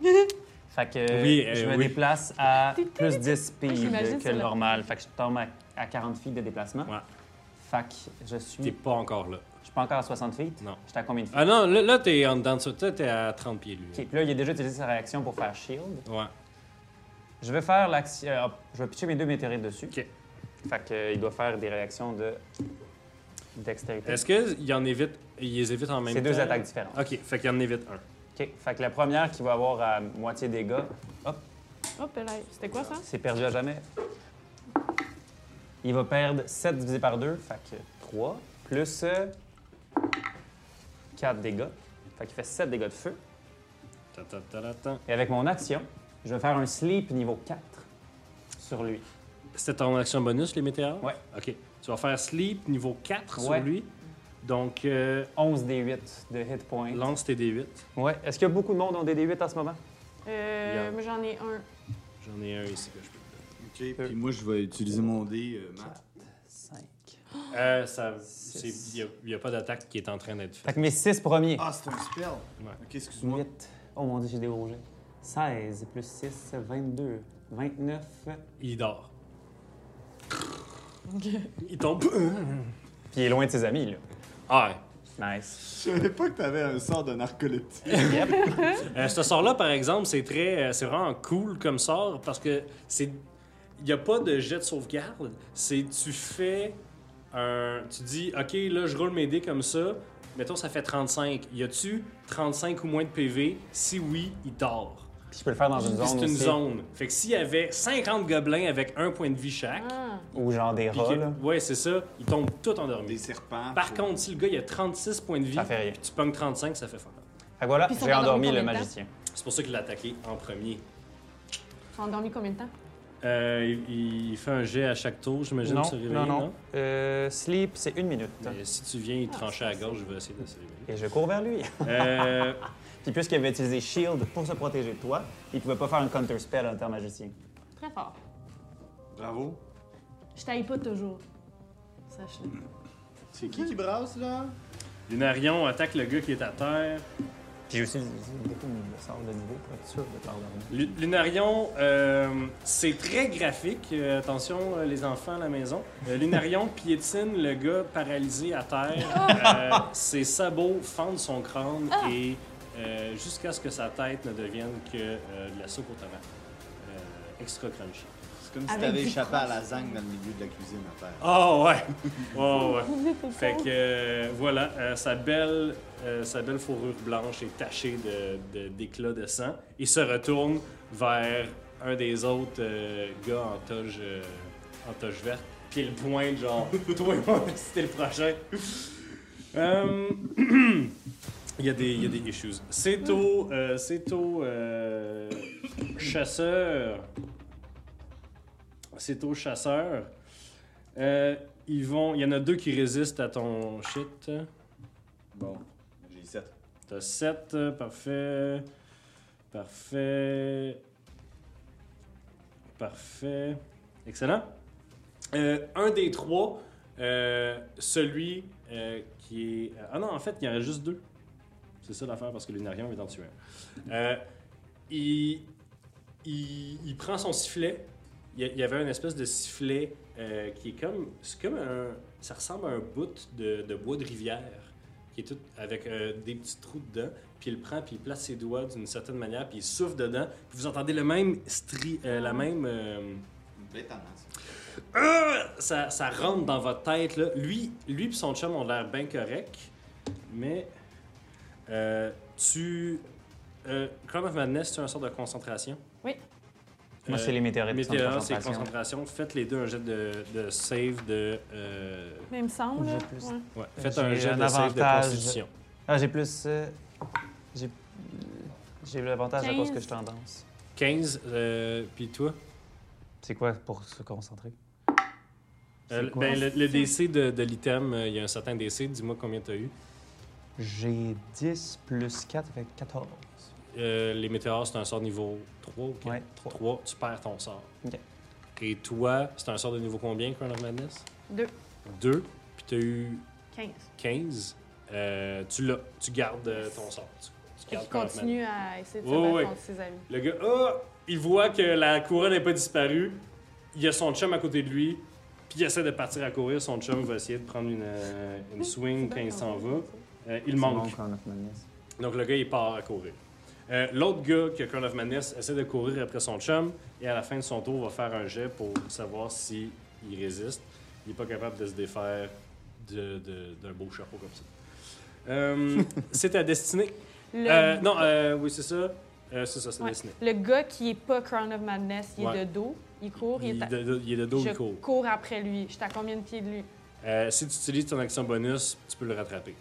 S3: fait que
S1: Oui, euh,
S3: je me
S1: oui.
S3: déplace à plus 10
S2: J'imagine
S3: speed que
S2: sur
S3: le
S2: le-
S3: normal. Fait que je tombe à, à 40 feet de déplacement.
S1: Ouais.
S3: Fait que je suis...
S1: T'es pas encore là.
S3: Je suis pas encore à 60 feet.
S1: Non.
S3: J'étais à combien de feet?
S1: Ah non, là, là t'es en dedans de ça. Toi, t'es à 30 pieds, lui.
S3: OK, puis là, il a déjà utilisé sa réaction pour faire shield.
S1: Ouais.
S3: Je vais faire l'action... euh, je vais pitcher mes deux météorites dessus.
S1: OK.
S3: Fait qu'il doit faire des réactions de... dextérité.
S1: Est-ce qu'ils en évitent, ils les évitent en même
S3: C'est
S1: temps?
S3: deux attaques différentes.
S1: OK, fait qu'il en évite un.
S3: OK. Fait que la première qui va avoir à moitié des dégâts, hop,
S2: Hop là, c'était quoi ça?
S3: c'est perdu à jamais. Il va perdre 7 divisé par 2, fait que 3, plus 4 dégâts. Fait qu'il fait 7 dégâts de feu.
S1: Ta, ta, ta, ta, ta.
S3: Et avec mon action, je vais faire un sleep niveau 4 sur lui.
S1: C'était ton action bonus, les météores?
S3: Ouais.
S1: OK. Tu vas faire Sleep niveau 4
S3: Ouais.
S1: sur lui. Donc, euh,
S3: 11 des 8 de hit points.
S1: lance tes D8.
S3: Ouais. Est-ce qu'il y a beaucoup de monde qui ont des D8 en ce moment?
S2: Euh,
S1: Regarde.
S2: moi, j'en ai un.
S1: J'en ai un ici que je peux te
S4: Ok, puis Euh, moi, je vais utiliser mon dé, euh, Matt.
S3: 5.
S1: donner. Euh, ça...
S3: Six.
S1: Il n'y a, pas d'attaque qui est en train d'être
S3: Fait
S1: faite.
S3: que mes 6 premiers.
S4: Ah, c'est un spell!
S1: Ouais.
S4: Ok, excuse-moi.
S3: 8. Oh mon dieu, j'ai des gros jets. 16 plus 6, 22, 29,
S1: Il dort. Il tombe.
S3: Puis il est loin de ses amis,
S1: Ah, ouais.
S3: là. Nice.
S4: Je savais pas que t'avais un sort de narcoleptique.
S1: Euh, ce sort-là, par exemple, c'est très, euh, c'est vraiment cool comme sort parce que c'est, il n'y a pas de jet de sauvegarde. C'est tu fais un, tu dis, ok, là, je roule mes dés comme ça. Mettons, ça fait 35. Y a-tu 35 ou moins de PV Si oui, il dort.
S3: Puis je peux le faire dans une zone
S1: C'est une
S3: aussi,
S1: zone. Fait que s'il y avait 50 gobelins avec un point de vie chaque,
S2: Ah,
S3: Ou genre des
S1: puis
S3: rats,
S1: que-
S3: là.
S1: ouais, c'est ça, ils tombent tout
S4: Des
S1: endormis.
S4: serpents.
S1: Par
S4: faut-
S1: contre, si le gars il a 36 points de vie,
S3: Ça fait rien.
S1: puis tu pognes 35, ça fait fort.
S3: Fait que voilà,
S2: Puis ils sont
S3: j'ai endormi
S2: endormis
S3: le
S2: combien de temps?
S3: magicien.
S1: C'est pour ça qu'il l'a attaqué en premier.
S2: tu as endormi combien de temps?
S1: Euh, il il fait un jet à chaque tour, j'imagine, pour se réveiller, non?
S3: Euh, sleep, c'est une minute.
S1: Mais si tu viens il te trancher à gauche, je vais essayer de se réveiller.
S3: Et je cours vers lui. [LAUGHS]
S1: Euh,
S3: Puis puisqu'il avait utilisé shield pour se protéger de toi, il pouvait pas faire un counter spell en tant que magicien.
S2: Très fort.
S4: Bravo.
S2: Je t'aille pas toujours. Sache-le.
S1: Hmm.
S2: [LAUGHS]
S4: C'est qui qui brasse, là?
S1: Lunarion attaque le gars qui est à terre.
S3: J'ai aussi beaucoup de sorts de niveau pour être sûr de parler.
S1: Lu- Lunarion, euh, c'est très graphique. Euh, attention, euh, les enfants à la maison. Euh, Lunarion [LAUGHS] piétine le gars paralysé à terre. Euh, ses sabots fendent son crâne et euh, jusqu'à ce que sa tête ne devienne que euh, de la soupe aux tomates. Euh, extra crunchy.
S4: C'est comme si
S2: Avec
S4: t'avais
S2: du
S4: échappé à la zangue dans le milieu de la cuisine à terre.
S1: Oh ouais! Oh ouais! Fait que euh, voilà, euh, sa, belle, euh, sa belle fourrure blanche est tachée de- de- d'éclats de, sang et se retourne vers un des autres euh, gars en toge, euh, en toge verte. Puis il pointe, genre, toi et moi, c'était le prochain. Euh, [CLEARS THROAT] Il y, a des- il y a des issues. C'est au, euh, c'est au euh, chasseur. C'est au chasseur. Euh, ils vont. Il y en a deux qui résistent à ton shit.
S4: Bon, j'ai 7.
S1: T'as 7, parfait. Parfait. Parfait. Excellent. Euh, un des trois, euh, celui euh, qui est. Ah non, en fait, il y en a juste deux. C'est ça l'affaire parce que Lunarion est en tuer un. Euh, il, il, il prend son sifflet. Il y a- il y avait une espèce de sifflet euh, qui est comme. C'est comme un. Ça ressemble à un bout de, de bois de rivière qui est tout avec euh, des petits trous dedans, puis il le prend, puis il place ses doigts d'une certaine manière, puis il souffle dedans, puis vous entendez le même stri, euh, la même euh,
S4: Bête en masse.
S1: ça, ça rentre dans votre tête. Là. Lui, lui et son chum ont l'air bien correct, mais euh, tu. Euh, Crown of Madness, tu as un sort de concentration.
S2: Oui.
S3: Moi, c'est les météorites. sans
S1: Météores, Euh, c'est
S3: concentration.
S1: concentration. Faites les deux un jet de, de save de. euh,
S2: Mais il me semble.
S3: J'ai
S2: là,
S3: plus.
S2: ouais.
S1: ouais, Faites un
S3: J'ai
S1: jet
S3: un
S1: de save de
S3: avantage.
S1: constitution.
S3: Ah, j'ai plus. euh, j'ai j'ai eu l'avantage à cause que
S2: 15.
S3: je tendance.
S1: 15, euh, puis toi
S3: C'est quoi pour se concentrer?
S1: Euh,
S3: C'est quoi?
S1: ben, le, le DC de, de l'item, euh, il y a un certain DC, dis-moi combien tu as eu.
S3: J'ai 10 plus 4, fait 14.
S1: Euh, les météores, c'est un sort niveau 3 ou 4?
S3: Ouais, trois.
S1: 3, tu perds ton sort.
S3: Ok.
S1: Et toi, c'est un sort de niveau combien, Crown of Madness?
S2: Deux.
S1: 2, puis t'as eu
S2: 15.
S1: 15. Euh, tu l'as, tu gardes euh, ton sort. Tu, tu
S2: Et
S1: gardes
S2: qui
S1: Crown of Madness.
S2: continue à essayer de se
S1: Oui,
S2: battre
S1: oui.
S2: contre ses amis.
S1: Le gars, ah! il voit que la couronne n'est pas disparue. Il y a son chum à côté de lui, puis il essaie de partir à courir. Son chum va essayer de prendre une, euh,
S2: Oh,
S1: une swing quand il s'en va. Euh, il manque. Donc le gars, il part à courir. Euh, L'autre gars qui a Crown of Madness essaie de courir après son chum et à la fin de son tour va faire un jet pour savoir s'il résiste. Il n'est pas capable de se défaire de- de- d'un beau chapeau comme ça.
S2: [LAUGHS]
S1: Euh, c'est ta destinée.
S2: Le,
S1: Euh, non, euh, oui, c'est ça. Euh, c'est ça, c'est
S2: Ouais.
S1: destinée.
S2: le gars qui est pas Crown of Madness, il
S1: Ouais.
S2: est de dos, il court, il,
S1: Il,
S2: est à...
S1: est de- il est de dos,
S2: Je
S1: il court.
S2: cours après lui. Je suis à combien de pieds de lui?
S1: Euh, si tu utilises ton action bonus, tu peux le rattraper.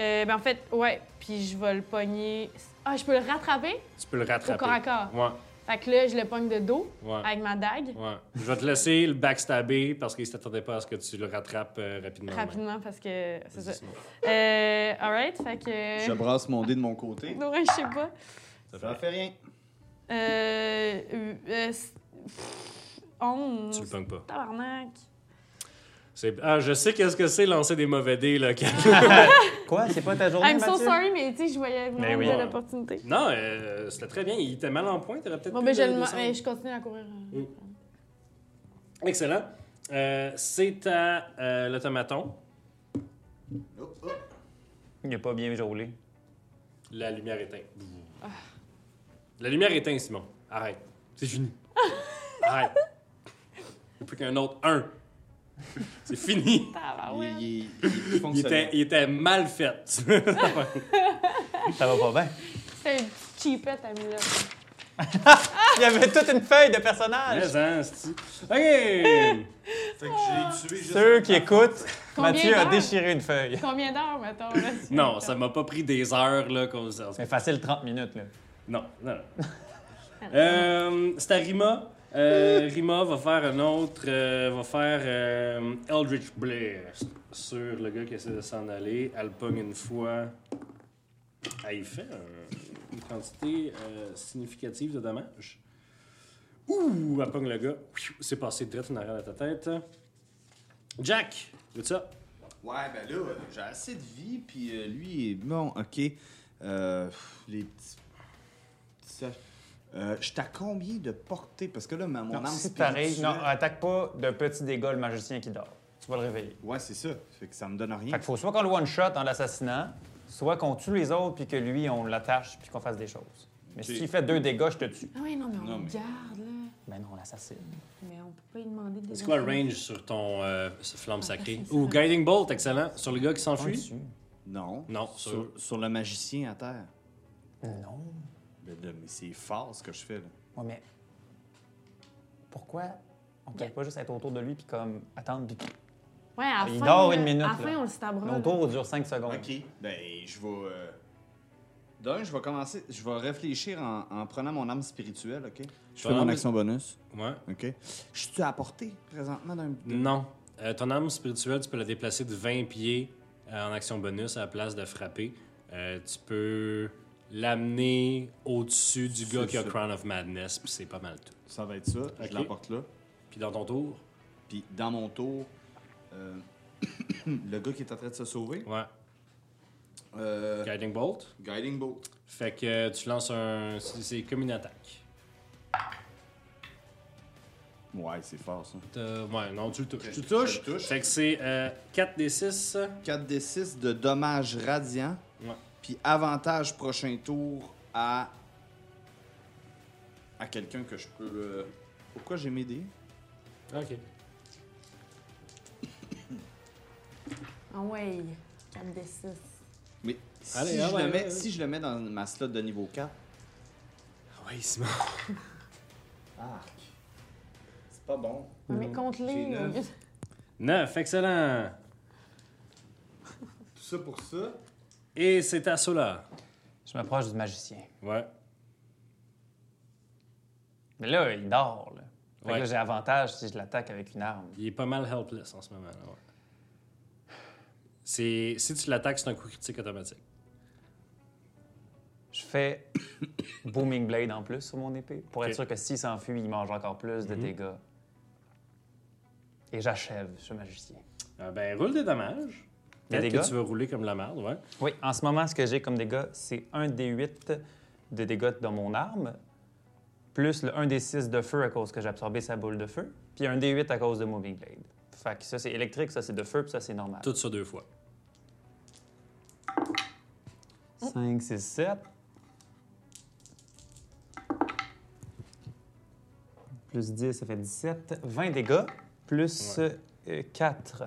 S2: Euh, ben en fait, ouais. Puis je vais le pogner. Ah, je peux le rattraper?
S1: Tu peux le rattraper.
S2: Au corps à corps.
S1: Ouais,
S2: Fait que là, je le pogne de dos
S1: ouais,
S2: avec ma dague.
S1: ouais. Je vais te laisser le backstabber parce qu'il ne s'attendait pas à ce que tu le rattrapes euh, rapidement.
S2: Rapidement, parce que c'est
S1: Vas-y,
S2: ça.
S1: Simon.
S2: Euh, alright, fait que.
S4: Je brasse mon dé de mon côté.
S2: [LAUGHS] Non, ouais, je sais pas.
S4: Ça fait rien.
S2: Euh. euh, euh, c'est- pff,
S1: Tu le
S2: 11.
S1: pognes pas.
S2: Tabarnak.
S1: C'est- Ah, je sais qu'est-ce que c'est lancer des mauvais dés, là. [LAUGHS] quand-
S3: Quoi? C'est pas ta
S2: [LAUGHS]
S3: journée,
S2: I'm so
S3: Mathieu?
S2: sorry, mais tu sais, je voyais
S3: Mais
S1: Ben
S2: vraiment
S3: oui.
S2: une belle opportunité.
S1: non, euh, c'était très bien. Il était mal en point. T'aurais peut-être
S2: Bon,
S1: pu
S2: ben, je,
S1: le
S2: le-
S1: descendre.
S2: mais je continue à courir. euh.
S1: Excellent. Euh, c'est à euh, l'automaton.
S4: Oh, oh.
S3: Il a pas bien roulé.
S1: La lumière éteinte. La lumière éteinte, Simon. Arrête. C'est fini. [LAUGHS] Arrête. Il faut qu'un autre. [LAUGHS] Un. C'est fini.
S2: Tabarouette.
S4: Il, il, il, il
S1: Il était,
S4: fonctionnait.
S1: il était mal [LAUGHS] fait.
S3: Ça va pas bien.
S2: C'est une petite cheapette, ami, là.
S3: [LAUGHS] Il y avait toute une feuille de personnages.
S1: Mais, hein, c'est-tu. OK.
S4: Fait que je l'ai tué juste.
S3: Ceux qui écoutent,
S2: Combien
S3: Mathieu a
S2: d'heures?
S3: déchiré une feuille.
S2: Combien d'heures, mettons? Là,
S1: [LAUGHS]
S2: tu-
S1: Non, ça m'a pas pris des heures, là, qu'on se
S3: C'est facile, 30 minutes, là.
S1: Non, non, non. Euh, c'est à Rima. Euh, Rima va faire un autre, euh, va faire euh, Eldritch Blast sur le gars qui essaie de s'en aller. Elle pogne une fois. Ah, Elle y fait un- une quantité euh, significative de dommages. Ouh, elle pogne le gars. Pfiou, C'est passé direct en arrière de ta tête. Jack, what's up?
S4: Ouais, ben là, euh, j'ai assez de vie, puis euh, lui, il est- bon, ok. Euh, pff, les petits. Ça. Euh, J'étais à combien de portée? Parce que là, ma, mon
S3: Non,
S4: âme
S3: c'est pareil. Non,
S4: spirituelle-
S3: attaque pas de petits dégâts le magicien qui dort. Tu vas le réveiller.
S4: Ouais, c'est ça. Fait que ça me donne rien.
S3: Fait qu'il faut soit qu'on le one-shot en l'assassinant, soit qu'on tue les autres puis que lui, on l'attache puis qu'on fasse des choses. Mais
S4: Ok.
S3: s'il fait deux dégâts, je te tue.
S2: Ah oui, non, mais on
S4: Non,
S2: le
S4: mais-
S2: garde, là.
S3: Ben non, on l'assassine.
S2: Mais on peut pas lui demander des.
S1: C'est quoi le
S2: affaires.
S1: range sur ton euh, flamme sacrée?
S2: Ah, c'est ça.
S1: Ou Guiding Bolt, excellent. Sur le gars qui
S3: On le
S1: s'enfuit?
S3: tue.
S4: Non.
S1: Non,
S4: Sur, sur le magicien à terre.
S3: Non.
S4: Ben là, mais c'est fort ce que je fais, là.
S3: Ouais, mais pourquoi on peut pas juste être autour de lui puis comme attendre puis
S2: Ouais, à la
S3: Il
S2: fin,
S3: dort
S2: là,
S3: une minute,
S2: À la
S3: là.
S2: fin, on le stabrera.
S3: Mon
S2: là.
S3: tour dure 5 secondes.
S4: Ok, ben je vais. euh, D'un, je vais commencer, je vais réfléchir en, en prenant mon âme spirituelle, ok? Je
S1: Ton
S4: fais mon
S1: âme-
S4: action bonus,
S1: Ouais.
S4: ok? Je suis à portée présentement d'un.
S1: Non. Euh, ton âme spirituelle, tu peux la déplacer de 20 pieds euh, en action bonus à la place de frapper. Euh, tu peux l'amener au-dessus du gars
S4: C'est
S1: qui a
S4: ça.
S1: Crown of Madness, puis c'est pas mal tout.
S4: Ça va être ça,
S1: Ok.
S4: je l'emporte là.
S1: Puis dans ton tour,
S4: Puis dans mon tour, euh, [COUGHS] le gars qui est en train de se sauver,
S1: ouais,
S4: euh,
S1: Guiding Bolt.
S4: Guiding Bolt.
S1: Fait que euh, tu lances un. C'est c'est comme une attaque.
S4: Ouais, c'est fort ça.
S1: T'as- Ouais, non, tu le touches.
S4: Ok,
S1: Tu le touches.
S4: je le touche.
S1: Fait que c'est euh, 4 des 6.
S4: 4d6 de dommages radiants,
S1: Ouais.
S4: puis avantage prochain tour à. à quelqu'un que je peux. euh, Pourquoi j'ai mes dés?
S1: Ok.
S2: Ah ouais, 4 des 6.
S4: Mais si,
S1: Allez,
S4: je,
S1: ah ouais,
S4: le mets,
S1: ouais,
S4: si je le mets dans ma slot de niveau 4.
S1: Oui, Ah Simon.
S4: Arc. C'est pas bon.
S2: Mais
S1: Mmh.
S4: J'ai
S2: compte-les.
S4: neuf.
S2: là.
S1: 9, excellent.
S4: Tout ça pour ça.
S1: Et c'est à cela.
S3: Je m'approche du magicien.
S1: Ouais.
S3: Mais là, il dort. Là. Fait que
S1: Ouais.
S3: là, j'ai avantage si je l'attaque avec une arme.
S1: Il est pas mal helpless en ce moment. là, ouais. C'est Si tu l'attaques, c'est un coup critique automatique.
S3: Je fais [COUGHS] Booming Blade en plus sur mon épée pour
S1: Ok. Mhm.
S3: être sûr que s'il s'enfuit, il mange encore plus de dégâts. Et j'achève ce magicien.
S1: Euh, ben, roule des dommages.
S3: Des
S1: Peut-être
S3: dégâts?
S1: que tu vas rouler comme la merde, ouais.
S3: Oui, en ce moment, ce que j'ai comme dégâts, c'est 1 D8 de dégâts dans mon arme, plus le 1 D6 de feu à cause que j'ai absorbé sa boule de feu, puis un D8 à cause de Moving Blade. Fait que ça, c'est électrique, ça, c'est de feu, puis ça, c'est normal.
S1: Tout ça deux fois.
S3: 5, 6, 7. Plus 10, ça fait 17. 20 dégâts. Plus 4.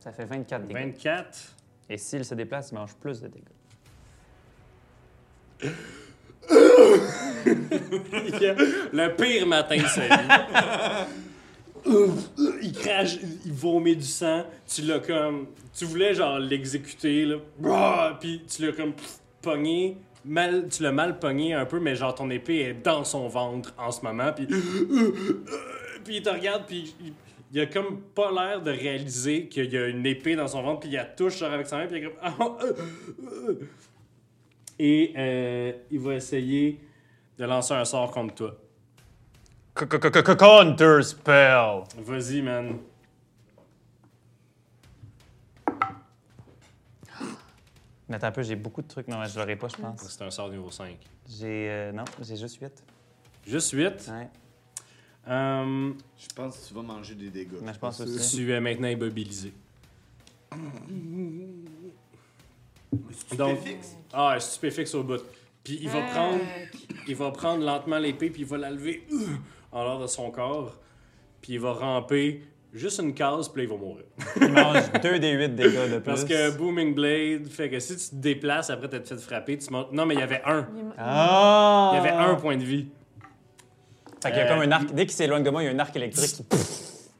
S3: Ça fait 24 dégâts.
S1: 24.
S3: Et s'il se déplace, il mange plus de dégâts.
S1: Le pire matin de sa vie. [LAUGHS] Ouf, il crache, il vomit du sang. Tu l'as comme. Tu voulais genre l'exécuter, là. Brrr, Puis tu l'as comme pff, pogné. Mal, tu l'as mal pogné un peu, mais genre ton épée est dans son ventre en ce moment. Puis. [LAUGHS] Puis il te regarde, puis il, il a comme pas l'air de réaliser qu'il y a une épée dans son ventre, puis il la touche genre, avec sa main, puis il est comme. Ah, euh, euh. [LAUGHS] Et euh, il va essayer de lancer un sort contre toi.
S3: Counter spell!
S1: Vas-y, man.
S3: Mais attends un peu, j'ai beaucoup de trucs. Non, je l'aurai pas, je pense.
S1: C'est un sort niveau 5.
S3: J'ai. euh, non, j'ai juste 8.
S1: Juste 8.
S3: Ouais.
S1: Hum,
S4: Je pense que tu vas manger des dégâts.
S3: Mais je pense
S4: que
S3: aussi.
S1: tu es maintenant immobilisé. Donc,
S4: Stupéfixe.
S1: ah, stupéfixe au bout. Puis il va
S2: Fuck.
S1: prendre, il va prendre lentement l'épée, puis il va la lever euh, en l'air de son corps, puis il va ramper juste une case, puis là, il va mourir.
S3: Il mange 2 des 8 dégâts de plus.
S1: Parce que Booming Blade fait que si tu te déplaces après t'as te fait frapper, tu montes. Non, mais il y avait un.
S2: Il est-
S3: Ah!
S1: Il y avait un point de vie.
S3: Fait qu'il y a
S1: Euh,
S3: comme un arc. Dès qu'il s'éloigne de moi, il y a un arc électrique qui,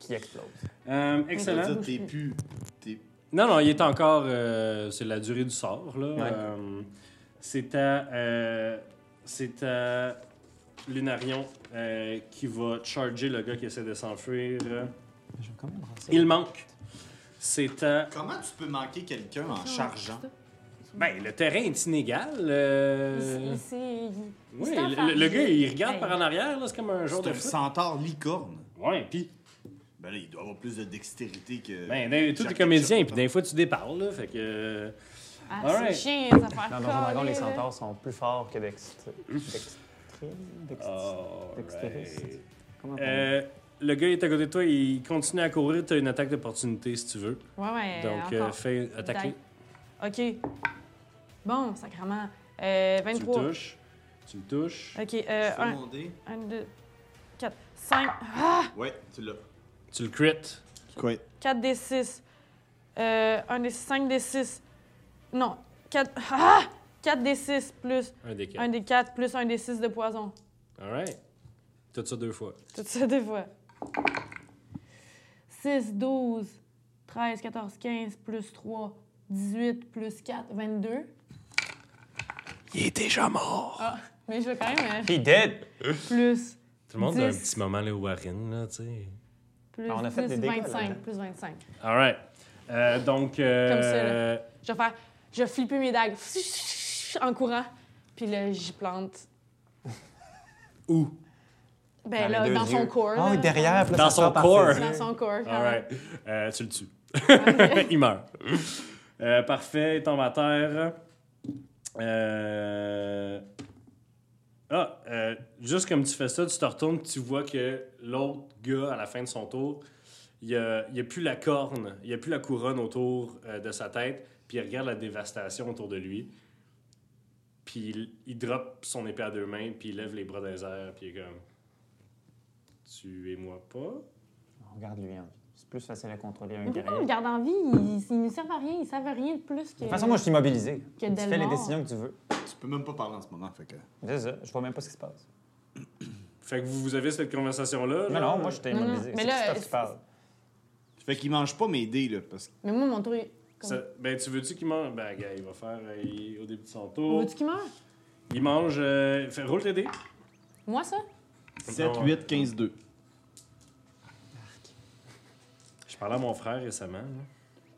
S3: qui explose.
S1: Hum, excellent.
S4: Ça veut dire, t'es plus. T'es.
S1: Non, non, il est encore. euh, c'est la durée du sort, là.
S3: Ouais.
S1: Euh, c'est à. euh, c'est à. Lunarion euh, qui va charger le gars qui essaie de s'enfuir.
S3: Je vais quand même brasser.
S1: Il manque. C'est à.
S4: Comment tu peux manquer quelqu'un en
S2: Non,
S4: chargeant?
S2: c'est ça.
S1: Ben, le terrain est inégal. euh,
S2: Il- il- c'est- il-
S1: Oui,
S2: c'est un
S1: le, le
S2: farnier.
S1: gars, il regarde
S2: Hey.
S1: par en arrière, là, c'est comme un genre
S4: C'est
S1: de
S4: un
S1: foot.
S4: centaure licorne.
S1: Ouais, puis
S4: Ben là, il doit avoir plus de dextérité que.
S1: ben, d'un- tous les
S4: Jack
S1: comédiens,
S4: Ketchup,
S1: puis des fois, tu déparles, là, fait que... euh,
S2: Ah,
S1: All right.
S2: c'est chiant, ça fait
S3: Dans Donjon Dragon, les centaures sont plus forts que Dext. Dext.
S1: alright.
S3: Comment on dit?
S1: Euh, le gars est à côté de toi, il continue à courir, t'as une attaque d'opportunité, si tu veux.
S2: Ouais, ouais.
S1: Donc, euh,
S2: encore.
S1: fais attaquer.
S2: OK. Bon, sacrement. Euh,
S1: Tu le
S2: 23.
S1: touches. Tu le touches.
S2: OK,
S4: Je
S2: euh,
S4: fais
S2: 1,
S4: mon dé.
S2: 2, 4, 5, ah,
S4: Ouais, tu l'as.
S1: Tu le crit.
S4: Quoi?
S2: 4 des 6. Euh, 1 des 5 des 6. Non, 4, [LAUGHS] ah, 4 des 6 plus
S1: Un des quatre.
S2: 1 des 4 plus 1 des 6 de poison.
S1: Alright. Tout ça deux fois.
S2: Tout ça des fois. 6, 12, 13, 14, 15 plus 3, 18 plus 4, 22.
S1: Il est déjà mort.
S2: Ah, mais je veux quand même euh,
S3: He dead!
S2: plus,
S1: Tout le monde a un
S2: Dix.
S1: petit moment là où Warren, là, tu sais.
S2: plus
S3: Ah, on a fait
S2: 10,
S3: des dégâts, là,
S2: 25,
S3: là-dedans.
S2: plus 25.
S1: Alright. Euh, donc. euh,
S2: Je vais faire. Je vais flipper mes dagues [LAUGHS] en courant. Puis là, j'y plante.
S1: Où?
S2: Ben
S3: les
S2: là,
S3: deux
S2: dans son
S3: yeux.
S2: corps.
S3: Ah
S2: là,
S3: oui, derrière. puis là,
S1: Dans
S3: ça
S1: son
S3: sort par
S1: corps.
S3: ses yeux.
S2: Dans son corps. quand même.
S1: Alright. Euh, tu le tues. [LAUGHS] Il meurt. Euh, parfait, il tombe à terre. Euh, Ah, euh, juste comme tu fais ça, tu te retournes tu vois que l'autre gars, à la fin de son tour, il n'y a, il a plus la corne, il n'y a plus la couronne autour euh, de sa tête, puis il regarde la dévastation autour de lui. Puis il, il drop son épée à deux mains, puis il lève les bras dans les airs, puis il est comme... Tuez-moi pas.
S3: Regarde-lui. hein. C'est plus facile à contrôler un
S2: Mais Pourquoi on le
S3: guerrier.
S2: garde en vie? Ils, ils ne servent à rien. Ils savent rien de plus que.
S3: De toute façon, moi, je suis immobilisé.
S2: Que
S3: Tu fais les
S2: Delmore.
S3: décisions que tu veux.
S4: Tu peux même pas parler en ce moment, fait que.
S3: C'est ça. Je vois même pas ce qui se passe.
S1: Fait que vous, vous avez cette conversation-là.
S3: Non, non, moi, j'étais
S2: Non, non,
S3: immobilisé.
S2: mais
S3: C'est
S2: là,
S3: Christophe qui
S2: c'est-
S3: parle.
S4: Fait qu'il mange pas mes dés, là, parce que.
S2: Mais moi, mon tour est. comme-
S1: Ça- ben, tu veux-tu qu'il mange? Ben, gars, il va faire euh, il- au début de son
S2: On
S1: tour.
S2: Veux-tu qu'il meure?
S1: Il mange. euh, fait, roule tes dés.
S2: Moi, ça?
S4: 7, 8, 15, 2.
S1: Je parlais à mon frère récemment, là,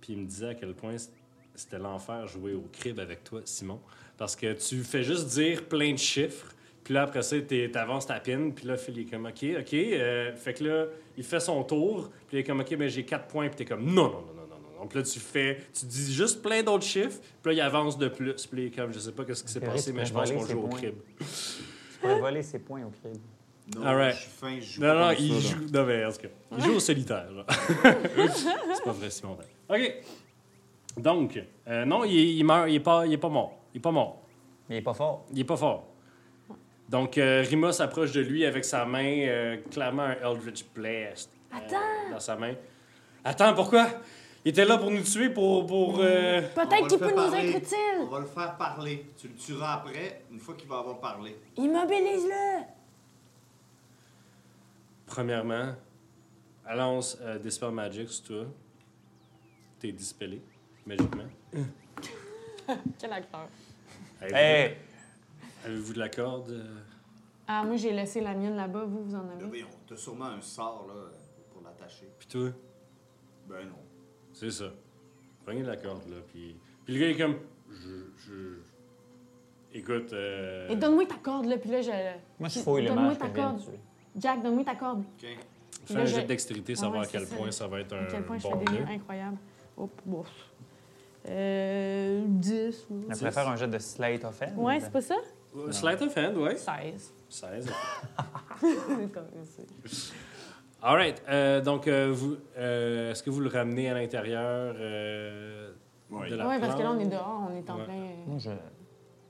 S1: puis il me disait à quel point c- c'était l'enfer jouer au crib avec toi, Simon. Parce que tu fais juste dire plein de chiffres, puis là, après ça, t'es- t'avances ta pine, puis là, Phil est comme, OK, OK. euh, fait que là, il fait son tour, puis il est comme, OK, ben j'ai 4 points, puis t'es comme, non, non, non, non, non, non. non. Puis là, tu fais, tu dis juste plein d'autres chiffres, puis là, il avance de plus, puis là, il est comme, je sais pas ce qui s'est
S3: Thierry,
S1: passé,
S3: tu
S1: mais
S3: peux
S1: je pense
S3: voler
S1: qu'on
S3: ses
S1: joue au
S3: points.
S1: crib.
S3: Tu pourrais voler ses points au crime.
S4: Non,
S1: Alright.
S4: je suis fin, je joue.
S1: Non,
S4: pas
S1: non,
S4: comme
S1: il
S4: ça, là.
S1: joue. Non, mais en tout cas, il joue au solitaire.
S4: [LAUGHS]
S1: là. c'est pas vrai, Simon. OK. Donc, euh, non, il, il meurt, il est, pas, il est pas mort. Il est pas mort.
S3: Mais il est pas fort.
S1: Il est pas fort. Donc, euh, Rima s'approche de lui avec sa main, euh, clairement un Eldritch Blast. euh, dans sa main. Attends, pourquoi? Il était là pour nous tuer, pour. pour euh,
S4: On va
S2: Peut-être
S4: le
S2: qu'il
S4: faire
S2: peut nous
S4: parler.
S2: être
S4: On
S2: utile.
S4: va le faire parler. Tu le tueras après, une fois qu'il va avoir parlé.
S2: Mm-hmm. Immobilise-le.
S1: Premièrement, allons euh, Dispel Magic sur toi. T'es dispellé, magiquement.
S2: Quel acteur.
S1: Avez-vous-
S3: Hey!
S1: Avez-vous de la corde? euh?
S2: Ah, moi, j'ai laissé la mienne là-bas. Vous, vous en
S4: Là,
S2: avez?
S4: ben, on- t'as sûrement un sort, là, pour l'attacher.
S1: Puis toi,
S4: Ben non.
S1: c'est ça. Prenez la corde, là. Puis, puis le gars est comme. Je. je... Écoute. euh,
S2: Et donne-moi ta corde, là. Puis là, je.
S3: Moi, je fouille le
S2: Donne-moi
S3: match
S2: ta
S3: que je viens de
S2: corde.
S3: tuer.
S2: Jack, donne-moi ta corde.
S4: OK.
S1: Fais
S2: là,
S1: un
S2: je-
S1: jet de dextérité, savoir
S2: ouais,
S1: à quel
S2: c'est ça.
S1: point ça va être un.
S2: À quel point je
S1: bon
S2: fais des
S1: nœud.
S2: lieux incroyables. Hop, bof. Euh, 10 ou...
S3: On pourrait faire un jeu de slate of hand.
S2: Ouais, c'est pas ça?
S1: Euh, Sleight of hand, ouais.
S2: 16.
S1: 16.
S2: C'est comme ça.
S1: Alright. Euh, donc, euh, vous, euh, est-ce que vous le ramenez à l'intérieur euh,
S4: Ouais.
S1: de la
S2: ouais, parce que là, on est
S1: plante?
S2: dehors, on est en
S1: Ouais.
S2: plein... euh,
S3: Moi, je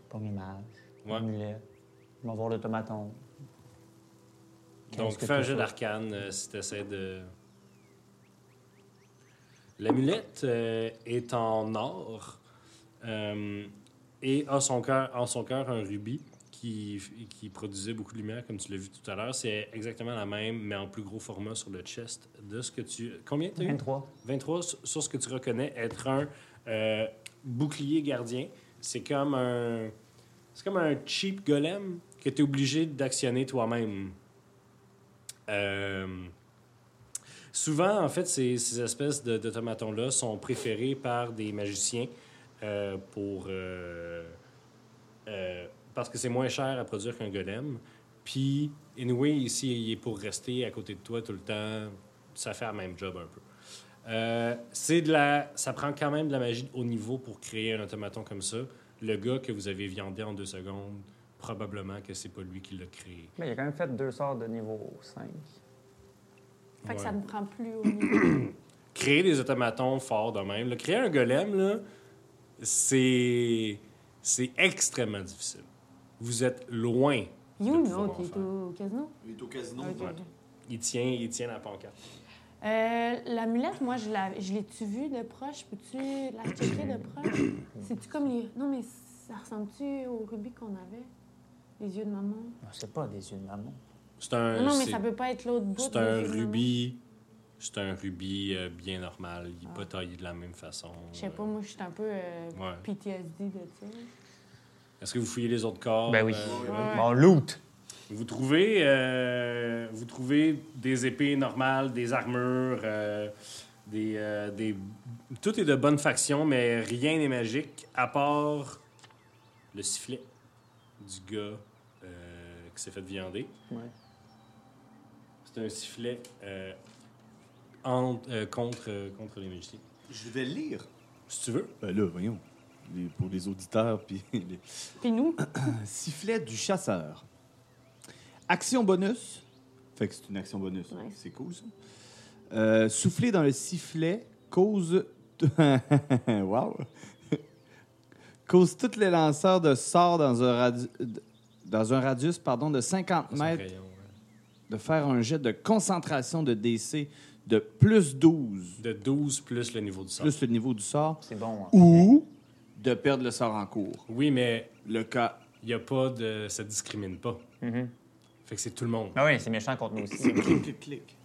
S3: pogne image,
S1: Ouais.
S3: mulet, je m'en voir le tomaton.
S1: Donc,
S3: Qu'est-ce que
S1: fais un
S3: tu
S1: jeu
S3: fais?
S1: d'arcane euh, si tu essaies de. L'amulette euh, est en or euh, et a son cœur, en son cœur un rubis qui, qui produisait beaucoup de lumière, comme tu l'as vu tout à l'heure. C'est exactement la même, mais en plus gros format sur le chest de ce que tu. Combien tu as eu
S3: 23.
S1: 23 sur sur ce que tu reconnais être un euh, bouclier gardien. C'est comme un. C'est comme un cheap golem que tu es obligé d'actionner toi-même. Euh, souvent, en fait, ces, ces espèces de, de tomatons-là sont préférés par des magiciens euh, pour. euh, euh, parce que c'est moins cher à produire qu'un golem. Puis, anyway, ici, il est pour rester à côté de toi tout le temps. Ça fait le même job un peu. Euh, c'est de la... Ça prend quand même de la magie de haut niveau pour créer un automaton comme ça. Le gars que vous avez viandé en deux secondes, probablement que c'est pas lui qui l'a créé.
S3: Mais il a quand même fait deux sorts de niveau 5.
S2: Fait que ça
S1: Ouais.
S2: me prend plus
S1: [COUGHS]
S2: au niveau.
S1: créer des automatons forts de même. là. Créer un golem, là, c'est... c'est extrêmement difficile. Vous êtes loin. de
S2: You,
S1: pouvoir
S2: non,
S1: en
S2: qui est
S1: faire.
S2: au casino.
S4: Il est au casino.
S2: Ok,
S1: ouais.
S2: ok.
S1: Il tient, il tient la pancarte.
S2: Euh, L'amulette, moi, je la- je l'ai-tu vue de proche? Peux-tu la checker de
S1: [COUGHS]
S2: proche? C'est-tu comme les... Non, mais ça ressemble-tu au rubis qu'on avait? Les yeux de maman?
S3: Ah, C'est pas des yeux de maman.
S1: C'est un,
S2: non, mais
S1: Euh, c'est-
S2: ça peut pas être l'autre bout.
S1: c'est
S2: des
S1: un
S2: yeux de maman.
S1: rubis. C'est un rubis euh, bien normal. Il n'est
S2: Ah.
S1: pas taillé de la même façon.
S2: Je sais pas,
S1: Euh,
S2: moi, je suis un peu euh,
S1: Ouais.
S2: PTSD de ça.
S1: Est-ce que vous fouillez les autres corps?
S3: Ben oui.
S1: Euh,
S2: Ah, Ouais.
S3: Mon loot.
S1: Vous trouvez, euh, vous trouvez des épées normales, des armures, euh, des, euh, des- Tout est de bonne faction, mais rien n'est magique, à part le sifflet du gars euh, qui s'est fait viander.
S3: Ouais.
S1: C'est un sifflet euh, en- euh, contre, euh, contre les magiciens.
S4: Je vais lire.
S1: Si tu veux.
S4: Ben là, voyons. Les- pour les auditeurs, puis [LAUGHS] les-
S2: Puis nous,
S4: Sifflet du chasseur. Action bonus. Fait que c'est une action bonus.
S2: Ouais.
S4: C'est cool, ça. Euh, souffler dans le sifflet cause... [LAUGHS] wow! [LAUGHS] cause tous les lanceurs de sorts dans un, radi- dans un radius pardon, de 50
S1: C'est un
S4: mètres
S1: crayon, ouais.
S4: de faire un jet de concentration de DC de plus 12,
S1: De 12 plus le niveau du sort.
S4: plus le niveau du sort,
S3: C'est bon. hein.
S4: ou de perdre le sort en cours.
S1: Oui, mais
S4: Le cas...
S1: il n'y a pas de... Ça discrimine pas.
S3: Mhm.
S1: Fait que c'est tout le monde.
S3: Ah oui, c'est méchant contre nous aussi.
S4: clic, clic, clic.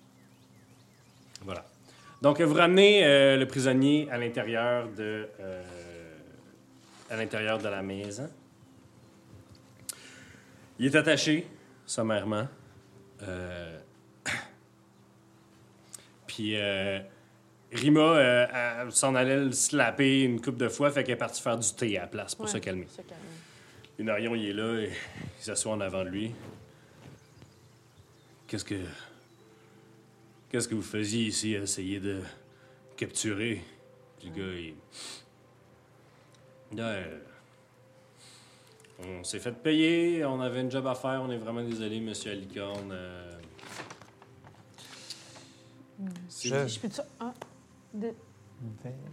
S1: Voilà. Donc, vous ramenez euh, le prisonnier à l'intérieur de, euh, à l'intérieur de la maison. Il est attaché, sommairement. Euh, [COUGHS] Puis, euh, Rima euh, elle s'en allait le slapper une coupe de fois, fait qu'elle est partie faire du thé à la place pour
S2: Ouais,
S1: se calmer.
S2: se calmer.
S1: Inarion, il est là, et il s'assoit en avant de lui. Qu'est-ce que. Qu'est-ce que vous faisiez ici à essayer de capturer? Puis le gars, il. Là, euh, on s'est fait payer, on avait une job à faire, on est vraiment désolé, monsieur Alicorne. euh. Si
S3: Je-
S1: vous-
S2: Je peux-tu... ah, de-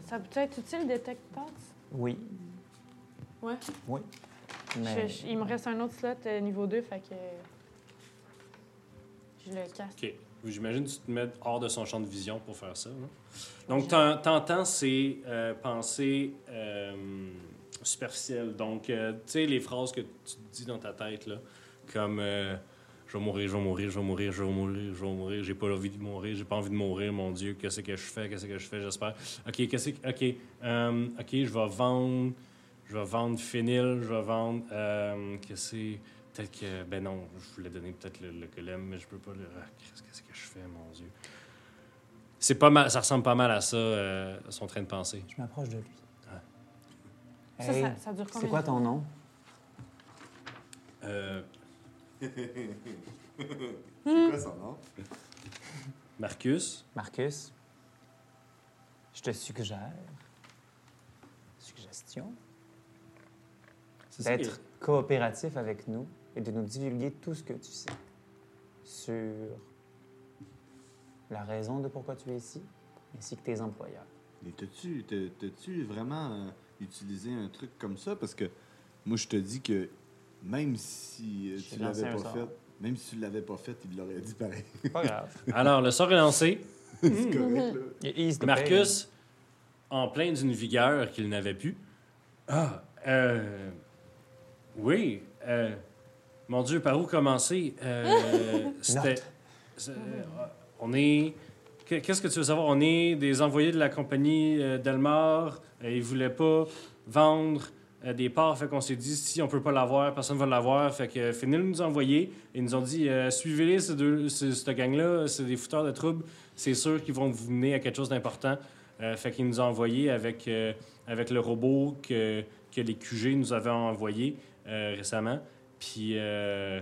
S2: Ça peut-tu être utile, détecteur?
S3: Oui.
S2: Ouais.
S3: Oui.
S2: Je- je- il me reste un autre slot euh, niveau 2, fait que. Je le casse.
S1: Ok. J'imagine que tu te mets hors de son champ de vision pour faire ça. non? Donc, t'en- t'entends ces euh, pensées euh, superficielles. Donc, euh, tu sais, les phrases que tu te dis dans ta tête, là, comme euh, Je vais mourir, je vais mourir, je vais mourir, je vais mourir, je vais mourir, j'ai pas envie de mourir, j'ai pas envie de mourir, mon Dieu, qu'est-ce que je fais, qu'est-ce que je fais, j'espère. Ok, qu'est-ce que. Ok, euh, ok, je vais vendre. Je vais vendre Finil, je vais vendre. euh, qu'est-ce que c'est? Peut-être que. Ben non, je voulais donner peut-être le, le golem, mais je peux pas le. ah, Christ, qu'est-ce que je fais, mon Dieu? C'est pas mal, ça ressemble pas mal à ça, euh, son train de pensée.
S3: Je m'approche de lui.
S2: Ça,
S3: Hey,
S2: ça, ça dure combien
S3: c'est quoi
S2: de
S3: ton nom?
S1: Euh,
S4: C'est quoi son nom?
S1: Marcus,
S3: Marcus, je te suggère, suggestion,
S1: c'est ça
S3: d'être coopératif avec nous et de nous divulguer tout ce que tu sais sur la raison de pourquoi tu es ici, ainsi que tes employeurs.
S4: Mais t'as-tu, t'as- t'as-tu vraiment euh, utilisé un truc comme ça? Parce que moi, je te dis que même si euh,
S3: Je
S4: tu
S3: vais lancer
S4: l'avais
S3: un
S4: pas
S3: sort.
S4: fait, même si tu l'avais pas fait, il l'aurait dit pareil.
S3: C'est pas [LAUGHS] grave.
S1: qui- Alors, le sort est lancé.
S4: C'est correct, là.
S1: Marcus, en plein d'une vigueur qu'il n'avait plus. Ah, euh, oui, euh, mon Dieu, par où commencer? [LAUGHS] Euh, c'était- c'est- euh, on est. que- Qu'est-ce que tu veux savoir? On est des envoyés de la compagnie euh, Delmar. Euh, ils voulaient pas vendre euh, des parts. Fait qu'on s'est dit, si on peut pas l'avoir, personne va l'avoir. Fait que euh, Finil nous a envoyés. Ils nous ont dit, euh, suivez-les, ces deux- ce- cette gang-là. C'est des fouteurs de troubles. C'est sûr qu'ils vont vous mener à quelque chose d'important. Euh, fait qu'il nous a envoyé avec, euh, avec le robot que, que les QG nous avaient envoyé euh, récemment. Puis, euh,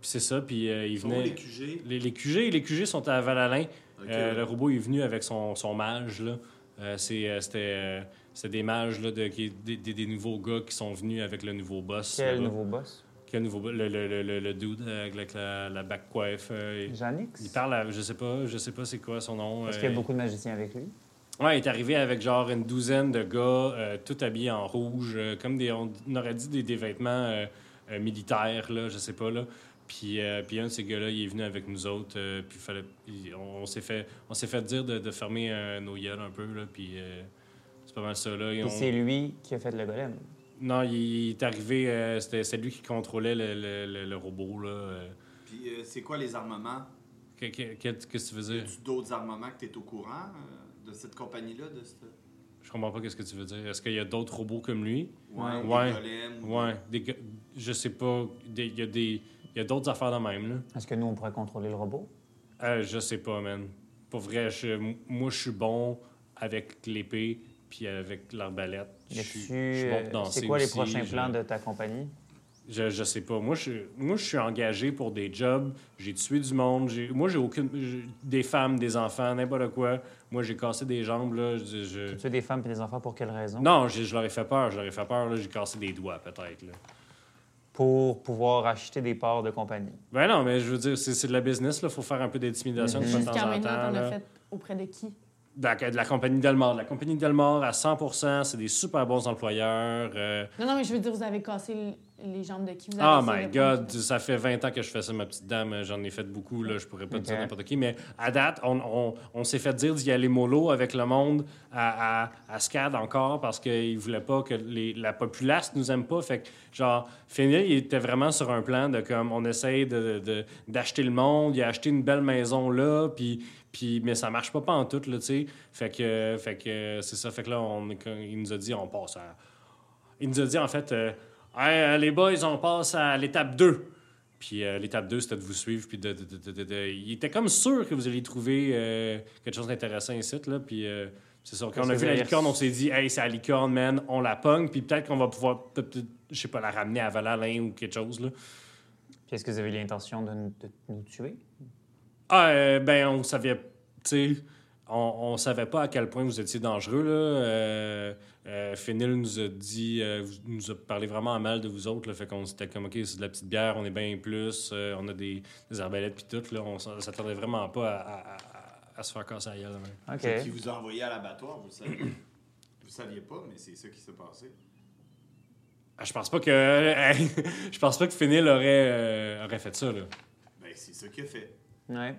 S1: puis c'est ça. Puis euh, il
S5: Ils sont où,
S1: venait.
S5: les QG.
S1: Les, les QG, les QG sont à Valalin.
S5: Ok.
S1: Euh, le robot est venu avec son, son mage. Là. Euh, c'est, euh, c'était, euh, c'était des mages, là, de, qui- des, des- des nouveaux gars qui sont venus avec le nouveau boss.
S3: Quel
S1: là-bas.
S3: nouveau boss?
S1: Quel nouveau bo- le, le, le- le- le dude euh, avec la, la back coiffe. euh, il-
S3: Janix?
S1: il parle, à- je sais pas, je sais pas c'est quoi son nom.
S3: Parce
S1: euh,
S3: qu'il y a beaucoup de magiciens avec lui.
S1: Ouais, il est arrivé avec genre une douzaine de gars, euh, tout habillés en rouge, euh, comme des, on, on aurait dit des, des vêtements euh, euh, militaires, là, je sais pas, là. Puis, euh, puis un de ces gars-là, il est venu avec nous autres, euh, puis fallait, il- on, on s'est fait, on s'est fait dire de, de fermer euh, nos gueules un peu, là, puis euh, c'est pas mal ça, là. Et
S3: Et
S1: on-
S3: c'est lui qui a fait le golem.
S1: Non, il, il est arrivé, euh, c'était c'est lui qui contrôlait le, le- le- le robot, là. euh.
S5: Puis euh, c'est quoi les armements?
S1: Que- que- que- Qu'est-ce que tu veux dire?
S5: As-tu d'autres armements que tu es au courant euh, de cette compagnie-là? De cette...
S1: Je comprends pas qu'est-ce que tu veux dire. Est-ce qu'il y a d'autres robots comme lui?
S5: Ouais, des
S1: Ouais.
S5: golems, ou-
S1: Ouais, des, gars- je sais pas. des- Il y a des, il y a d'autres affaires de même là.
S3: Est-ce que nous, on pourrait contrôler le robot?
S1: Euh, je sais pas, man. Pour vrai, je- m- moi je suis bon avec l'épée puis avec l'arbalète.
S3: Y
S1: Je
S3: a-tu,
S1: suis je suis bon
S3: euh,
S1: pour danser
S3: C'est quoi les
S1: aussi,
S3: prochains
S1: je-
S3: plans de ta compagnie?
S1: Je, je sais pas. Moi je, moi, je suis engagé pour des jobs. J'ai tué du monde. J'ai, moi, j'ai aucune. j'ai- des femmes, des enfants, n'importe quoi. Moi, j'ai cassé des jambes, là. Je, je-
S3: Tu as des femmes et des enfants pour quelle raison?
S1: Non, j'ai- je leur ai fait peur. Je leur ai fait peur, là. J'ai cassé des doigts, peut-être, là.
S3: Pour pouvoir acheter des parts de compagnie.
S1: Ben non, mais je veux dire, c'est c'est de la business, là. Faut faire un peu d'intimidation de temps
S2: Jusqu'à
S1: en
S2: maintenant,
S1: temps.
S2: t'en as
S1: là.
S2: fait auprès de qui?
S1: De la, de la compagnie Delmore. La compagnie Delmore, à 100 c'est des super bons employeurs. euh,
S2: Non, non, mais je veux dire, vous avez cassé l- les jambes de qui? Vous
S1: oh
S2: avez essayé
S1: my
S2: de prendre-
S1: God, ça fait 20 ans que je fais ça, ma petite dame. J'en ai fait beaucoup, là. Je pourrais pas te dire
S3: Ok.
S1: n'importe qui. Mais à date, on, on- on s'est fait dire d'y aller mollo avec le monde à, à, à SCAD encore parce qu'ils voulaient pas que les- la populace nous aime pas. Fait que, genre, Fenil, il était vraiment sur un plan de comme on essaye de- de- d'acheter le monde, il a acheté une belle maison là, puis. Puis, mais ça marche pas, pas en tout, là, tu sais. Fait que, fait que euh, c'est ça. Fait que là, on, est- il nous a dit, on passe à, il nous a dit en fait euh, Hey, euh, les boys, on passe à l'étape 2. Puis euh, l'étape 2, c'était de vous suivre. Puis de, de- de- de- de- de- il était comme sûr que vous alliez trouver euh, quelque chose d'intéressant ici. Là, puis euh, c'est ça. Quand
S3: Parce
S1: on a
S3: que
S1: vu la
S3: derrière-
S1: licorne, on s'est dit Hey, c'est la licorne, man, on la pogne. Puis peut-être qu'on va pouvoir, peut- peut- je sais pas, la ramener à Valalin ou quelque chose. Là.
S3: Puis est-ce que vous avez l'intention de, nous- de nous tuer?
S1: Ah, euh, ben, on savait. Tu sais, on, on savait pas à quel point vous étiez dangereux, là. Euh, euh, Fenil nous a dit, euh, vous- nous a parlé vraiment mal de vous autres, là. Fait qu'on s'était comme, OK, c'est de la petite bière, on est bien plus, euh, on a des, des arbalètes puis tout, là. On s'en- s'attendait vraiment pas à, à- à- à se faire casser la gueule, hein. là.
S3: OK.
S5: C'est qui vous a envoyé à l'abattoir, vous le saviez. vous le saviez pas, mais c'est ça qui s'est passé.
S1: Ah, Je pense pas que. [LAUGHS] je pense pas que Fenil aurait, euh, aurait fait ça, là.
S5: Ben, c'est ça qu'il a fait.
S3: Ouais.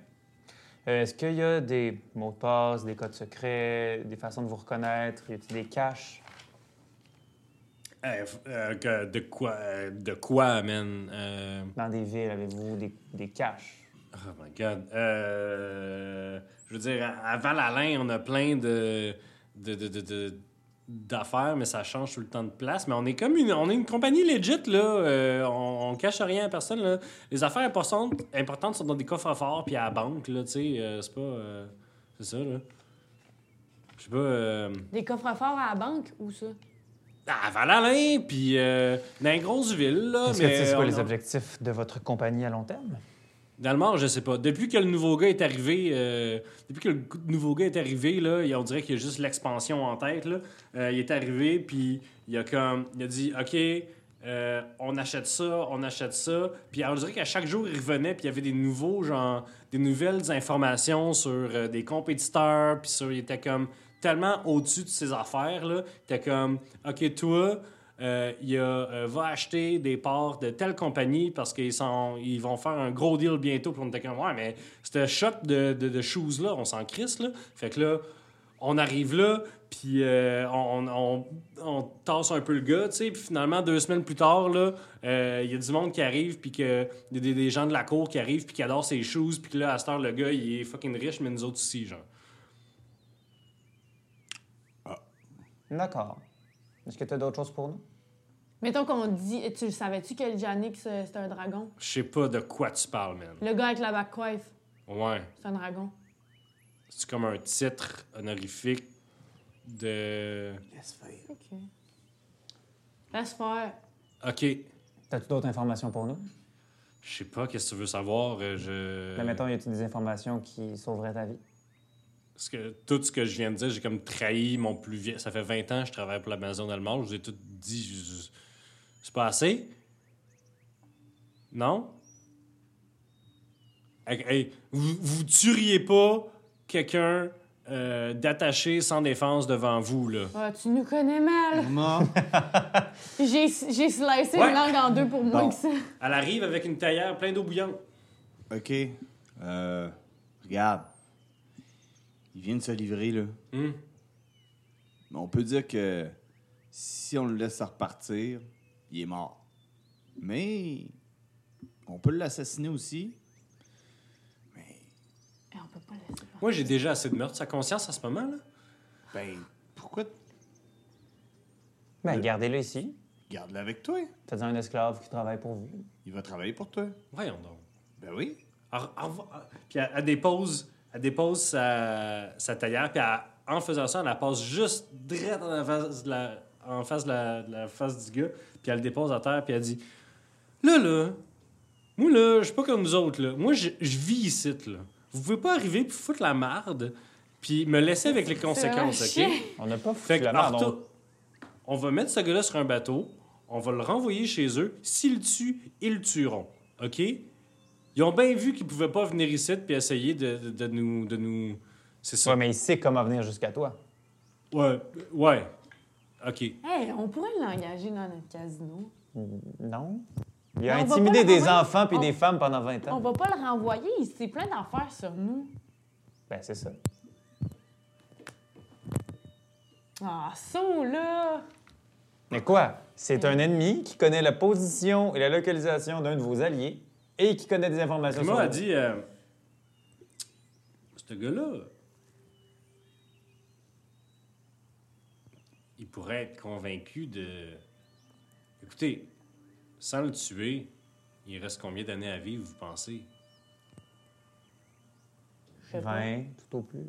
S3: Euh, Est-ce qu'il y a des mots de passe, des codes secrets, des façons de vous reconnaître? Y a-t-il des caches?
S1: Euh, f- euh, que- de quoi, euh, de quoi, man? Euh,
S3: Dans des villes, avez-vous des, des caches?
S1: Oh my God. Euh, je veux dire, à- à Val-Alain, on a plein de, de, de- de- de- d'affaires, mais ça change tout le temps de place. Mais on est comme une, on est une compagnie legit, là. Euh, on, on cache rien à personne, là. Les affaires importantes, importantes sont dans des coffres forts puis à la banque, là, tu sais. euh, c'est pas... euh, c'est ça, là. Je sais pas... euh,
S2: Des coffres forts à la banque ou ça?
S1: à Val-Alain, puis euh, dans une grosse ville, là.
S3: Est-ce que
S1: mais
S3: c'est
S1: on-
S3: quoi les
S1: on-
S3: objectifs de votre compagnie à long terme?
S1: Dans le mort, je sais pas. Depuis que le nouveau gars est arrivé, euh, depuis que le g- nouveau gars est arrivé, là, il- on dirait qu'il y a juste l'expansion en tête. Là. Euh, il est arrivé, puis il a comme, il a dit, ok, euh, on achète ça, on achète ça. Puis on dirait qu'à chaque jour, il revenait, puis il y avait des nouveaux, genre, des nouvelles informations sur euh, des compétiteurs, puis sur, il était comme tellement au-dessus de ses affaires là. Il était comme, ok, toi. Euh, il a, euh, va acheter des parts de telle compagnie parce qu'ils sont, ils vont faire un gros deal bientôt. Puis on était comme, ouais, mais ce shop de, de, de shoes-là, on s'en crisse, là. Fait que là, on arrive là, puis euh, on, on, on- on tasse un peu le gars, tu sais. Puis finalement, deux semaines plus tard, là, euh, il y a du monde qui arrive, puis que il y a des, des gens de la cour qui arrivent, puis qui adorent ses shoes. Puis que là, à cette heure, le gars, il est fucking riche, mais nous autres aussi, genre.
S3: D'accord. Est-ce que tu as d'autres choses pour nous?
S2: Mettons qu'on dit, tu le savais-tu que le Janix, euh, c'est un dragon?
S1: Je sais pas de quoi tu parles, man.
S2: Le gars avec la back coiffe,
S1: Ouais.
S2: c'est un dragon.
S1: C'est comme un titre honorifique de.
S4: Laisse faire.
S2: OK. Laisse faire.
S1: Ok.
S3: T'as-tu d'autres informations pour nous?
S1: Je sais pas, qu'est-ce que tu veux savoir? euh, Je...
S3: Mais Ben, mettons, y a-tu des informations qui sauveraient ta vie?
S1: Parce que tout ce que je viens de dire, j'ai comme trahi mon plus vieux. Ça fait 20 ans que je travaille pour la maison allemande. Je vous ai tout dit. je- je- C'est pas assez? Non? Hey, hey, vous, vous tueriez pas quelqu'un euh, d'attaché sans défense devant vous, là.
S2: Ah, tu nous connais mal.
S4: Mort.
S2: J'ai j'ai slicé
S1: Ouais.
S2: une langue en deux pour moins
S4: Bon.
S2: que ça.
S1: Elle arrive avec une taillère pleine d'eau bouillante.
S4: OK. Euh, regarde. Il vient de se livrer, là.
S1: Hmm.
S4: Mais on peut dire que si on le laisse repartir, il est mort. Mais on peut l'assassiner aussi.
S2: Eh, on peut pas laisser partir.
S1: Moi, j'ai déjà assez de meurtre sa conscience en ce moment, là.
S4: Ben, pourquoi t-
S3: Ben, gardez-le ici.
S4: garde-le avec toi?
S3: Faites-en un esclave qui travaille pour vous.
S4: Il va travailler pour toi.
S1: Voyons donc.
S4: Ben oui.
S1: Elle- elle va- Puis elle, elle dépose, elle dépose sa, sa taillère, puis elle- en faisant ça, elle la passe juste direct en face de la, en face, de la, de la face du gars, puis elle le dépose à terre, puis elle dit Là, là, moi, là, je suis pas comme vous autres, là. Moi, je je vis ici, là. Vous pouvez pas arriver puis foutre la marde, puis me laisser avec les conséquences,
S2: un
S1: OK
S2: chien.
S3: On n'a pas
S1: Fait
S3: foutu
S1: que,
S3: la merde.
S1: Arthur,
S3: on-
S1: on va mettre ce gars-là sur un bateau, on va le renvoyer chez eux. S'ils le tuent, ils le tueront. OK? Ils ont bien vu qu'ils pouvaient pas venir ici puis essayer de, de- de nous. De nous... C'est ça.
S3: Ouais, mais il sait comment venir jusqu'à toi.
S1: Ouais. Ouais. OK.
S2: Hey, on pourrait l'engager dans notre casino.
S3: Non? Il a
S2: Mais on va
S3: intimidé
S2: pas
S3: des
S2: l'envoyer.
S3: enfants puis
S2: On-
S3: des femmes pendant 20
S2: On
S3: ans.
S2: va pas le renvoyer. Il s'est plein d'affaires sur nous.
S3: Ben, c'est ça.
S2: Ah, ça,
S4: Euh,
S2: là!
S3: Mais quoi? C'est un ennemi qui connaît la position et la localisation d'un de vos alliés et qui connaît des informations
S1: Primo a
S3: vous.
S1: dit euh, Ce gars-là, il pourrait être convaincu de. Écoutez, sans le tuer, il reste combien d'années à vivre, vous pensez
S2: Je sais pas.
S3: 20, tout au plus.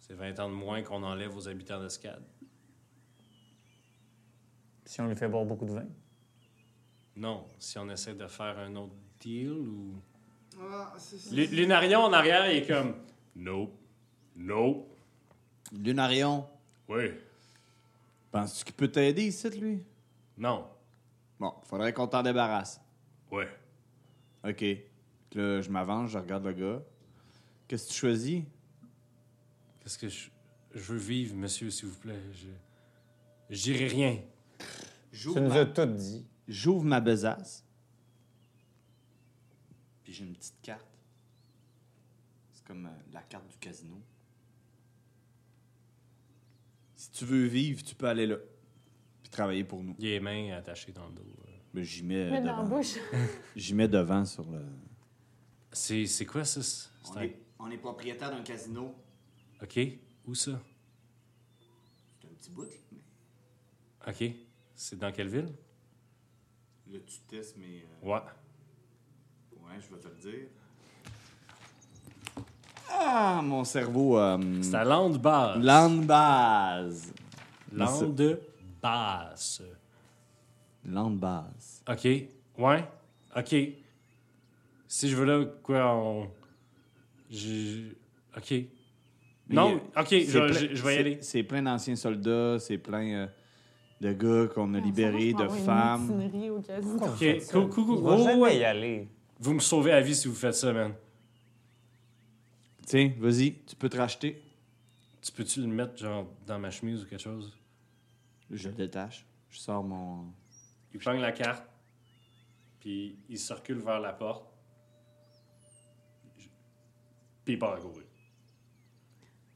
S1: C'est 20 ans de moins qu'on enlève aux habitants d'Escade.
S3: Si on lui fait boire beaucoup de vin.
S1: Non, si on essaie de faire un autre deal ou.
S5: Ah, c'est ça.
S1: Lu- Lunarion en arrière, il est comme Nope. Nope.
S4: Lunarion,
S1: Oui.
S4: penses-tu qu'il peut t'aider ici, lui?
S1: Non.
S4: Bon, faudrait qu'on t'en débarrasse.
S1: Ouais.
S4: OK. Fait que Là, je m'avance, je regarde le gars. Qu'est-ce que tu choisis?
S1: Qu'est-ce que je. Je veux vivre, monsieur, s'il vous plaît. Je. J'irai rien.
S5: J'ouvre
S3: Tu nous
S5: ma-
S3: as tout dit.
S4: J'ouvre ma besace.
S5: Puis j'ai une petite carte. C'est comme euh, la carte du casino.
S4: Si tu veux vivre, tu peux aller là. Puis travailler pour nous.
S1: Il a les mains attachées dans le dos. euh.
S4: Mais j'y mets,
S2: Mets dans la
S4: devant.
S2: bouche. [LAUGHS]
S4: J'y mets devant sur le.
S1: C'est, c'est quoi ça? C'est
S5: On
S1: un-
S5: est, on est propriétaire d'un casino.
S1: OK. Où ça?
S5: C'est un petit bout, là, mais
S1: OK. C'est dans quelle ville?
S5: là, tu testes, mais. euh,
S1: Ouais.
S5: Ouais, je vais te le dire.
S4: Ah, mon cerveau. euh,
S1: C'est à Lande Basse.
S4: Lande base.
S1: Lande Basse.
S4: Lande base.
S1: OK. Ouais. OK. Si je veux là, quoi, on. Je. OK. non, OK, je,
S4: euh, C'est plein-
S1: je- je vais y
S4: c'est-
S1: aller.
S4: C'est plein d'anciens soldats, c'est plein euh, de gars qu'on a
S2: On
S4: libérés,
S2: s'en Ah, va
S4: de
S2: faire une
S4: femmes.
S2: mutinerie au casino.
S1: OK, cool, cool, cool.
S3: Il va
S1: Oh,
S3: jamais
S1: ouais.
S3: y aller.
S1: Vous me sauvez la vie si vous faites ça, man.
S4: Tiens, vas-y, tu peux te racheter.
S1: Tu peux-tu le mettre, genre, dans ma chemise ou quelque chose?
S4: Je le détache. Je sors mon.
S1: Il plonge la carte, puis il circule vers la porte. Je- Puis il part à courir.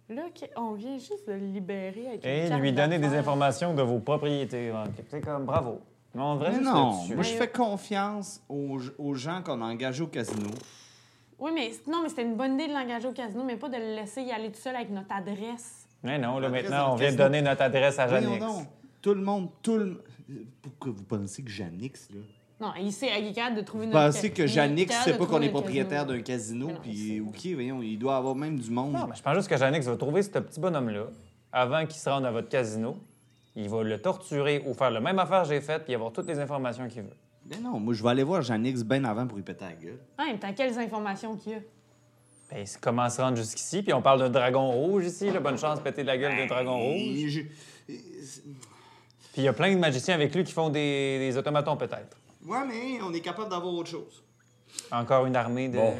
S2: Là, qu- on vient juste de le libérer avec une
S3: Et
S2: carte
S3: lui donner des
S2: d'affaires.
S3: informations de vos propriétés. Donc, C'est comme bravo. Mais on devrait
S4: Mais
S3: juste
S4: non,
S3: le tuer.
S4: moi je fais confiance aux, aux gens qu'on a engagés au casino.
S2: Oui, mais c- non, mais c'était une bonne idée de l'engager au casino, mais pas de le laisser y aller tout seul avec notre adresse.
S3: Mais non, là,
S5: L'adresse
S3: maintenant,
S5: dans
S3: on
S5: le
S3: vient de
S5: casino.
S3: donner notre adresse à
S4: Voyons
S3: Janix.
S4: donc, tout le monde, tout le. Pourquoi vous pensez que Janix, là?
S2: Non, il sait, il est capable de trouver
S4: Vous
S2: une
S4: pensez que Janix sait pas qu'on est propriétaire d'un casino,
S2: Mais non,
S4: puis
S2: c'est- Ah, ben.
S4: OK, voyons, il doit avoir même du monde.
S3: Ah, Non, mais je pense juste que Janix va trouver ce petit bonhomme-là, avant qu'il se rende à votre casino. Il va le torturer ou faire le même affaire que j'ai faite puis avoir toutes les informations qu'il veut.
S4: Mais non, moi, je vais aller voir Janix bien avant pour lui péter la gueule.
S2: En même temps, quelles informations qu'il y a?
S3: Ben, c'est comment se rendre jusqu'ici? Puis on parle d'un dragon rouge ici. Là. Bonne chance de péter la gueule d'un dragon rouge.
S5: Et je-
S3: Puis il y a plein de magiciens avec lui qui font des, des automatons, peut-être.
S5: Ouais, mais on est capable d'avoir autre chose.
S3: Encore une armée de.
S1: Bon.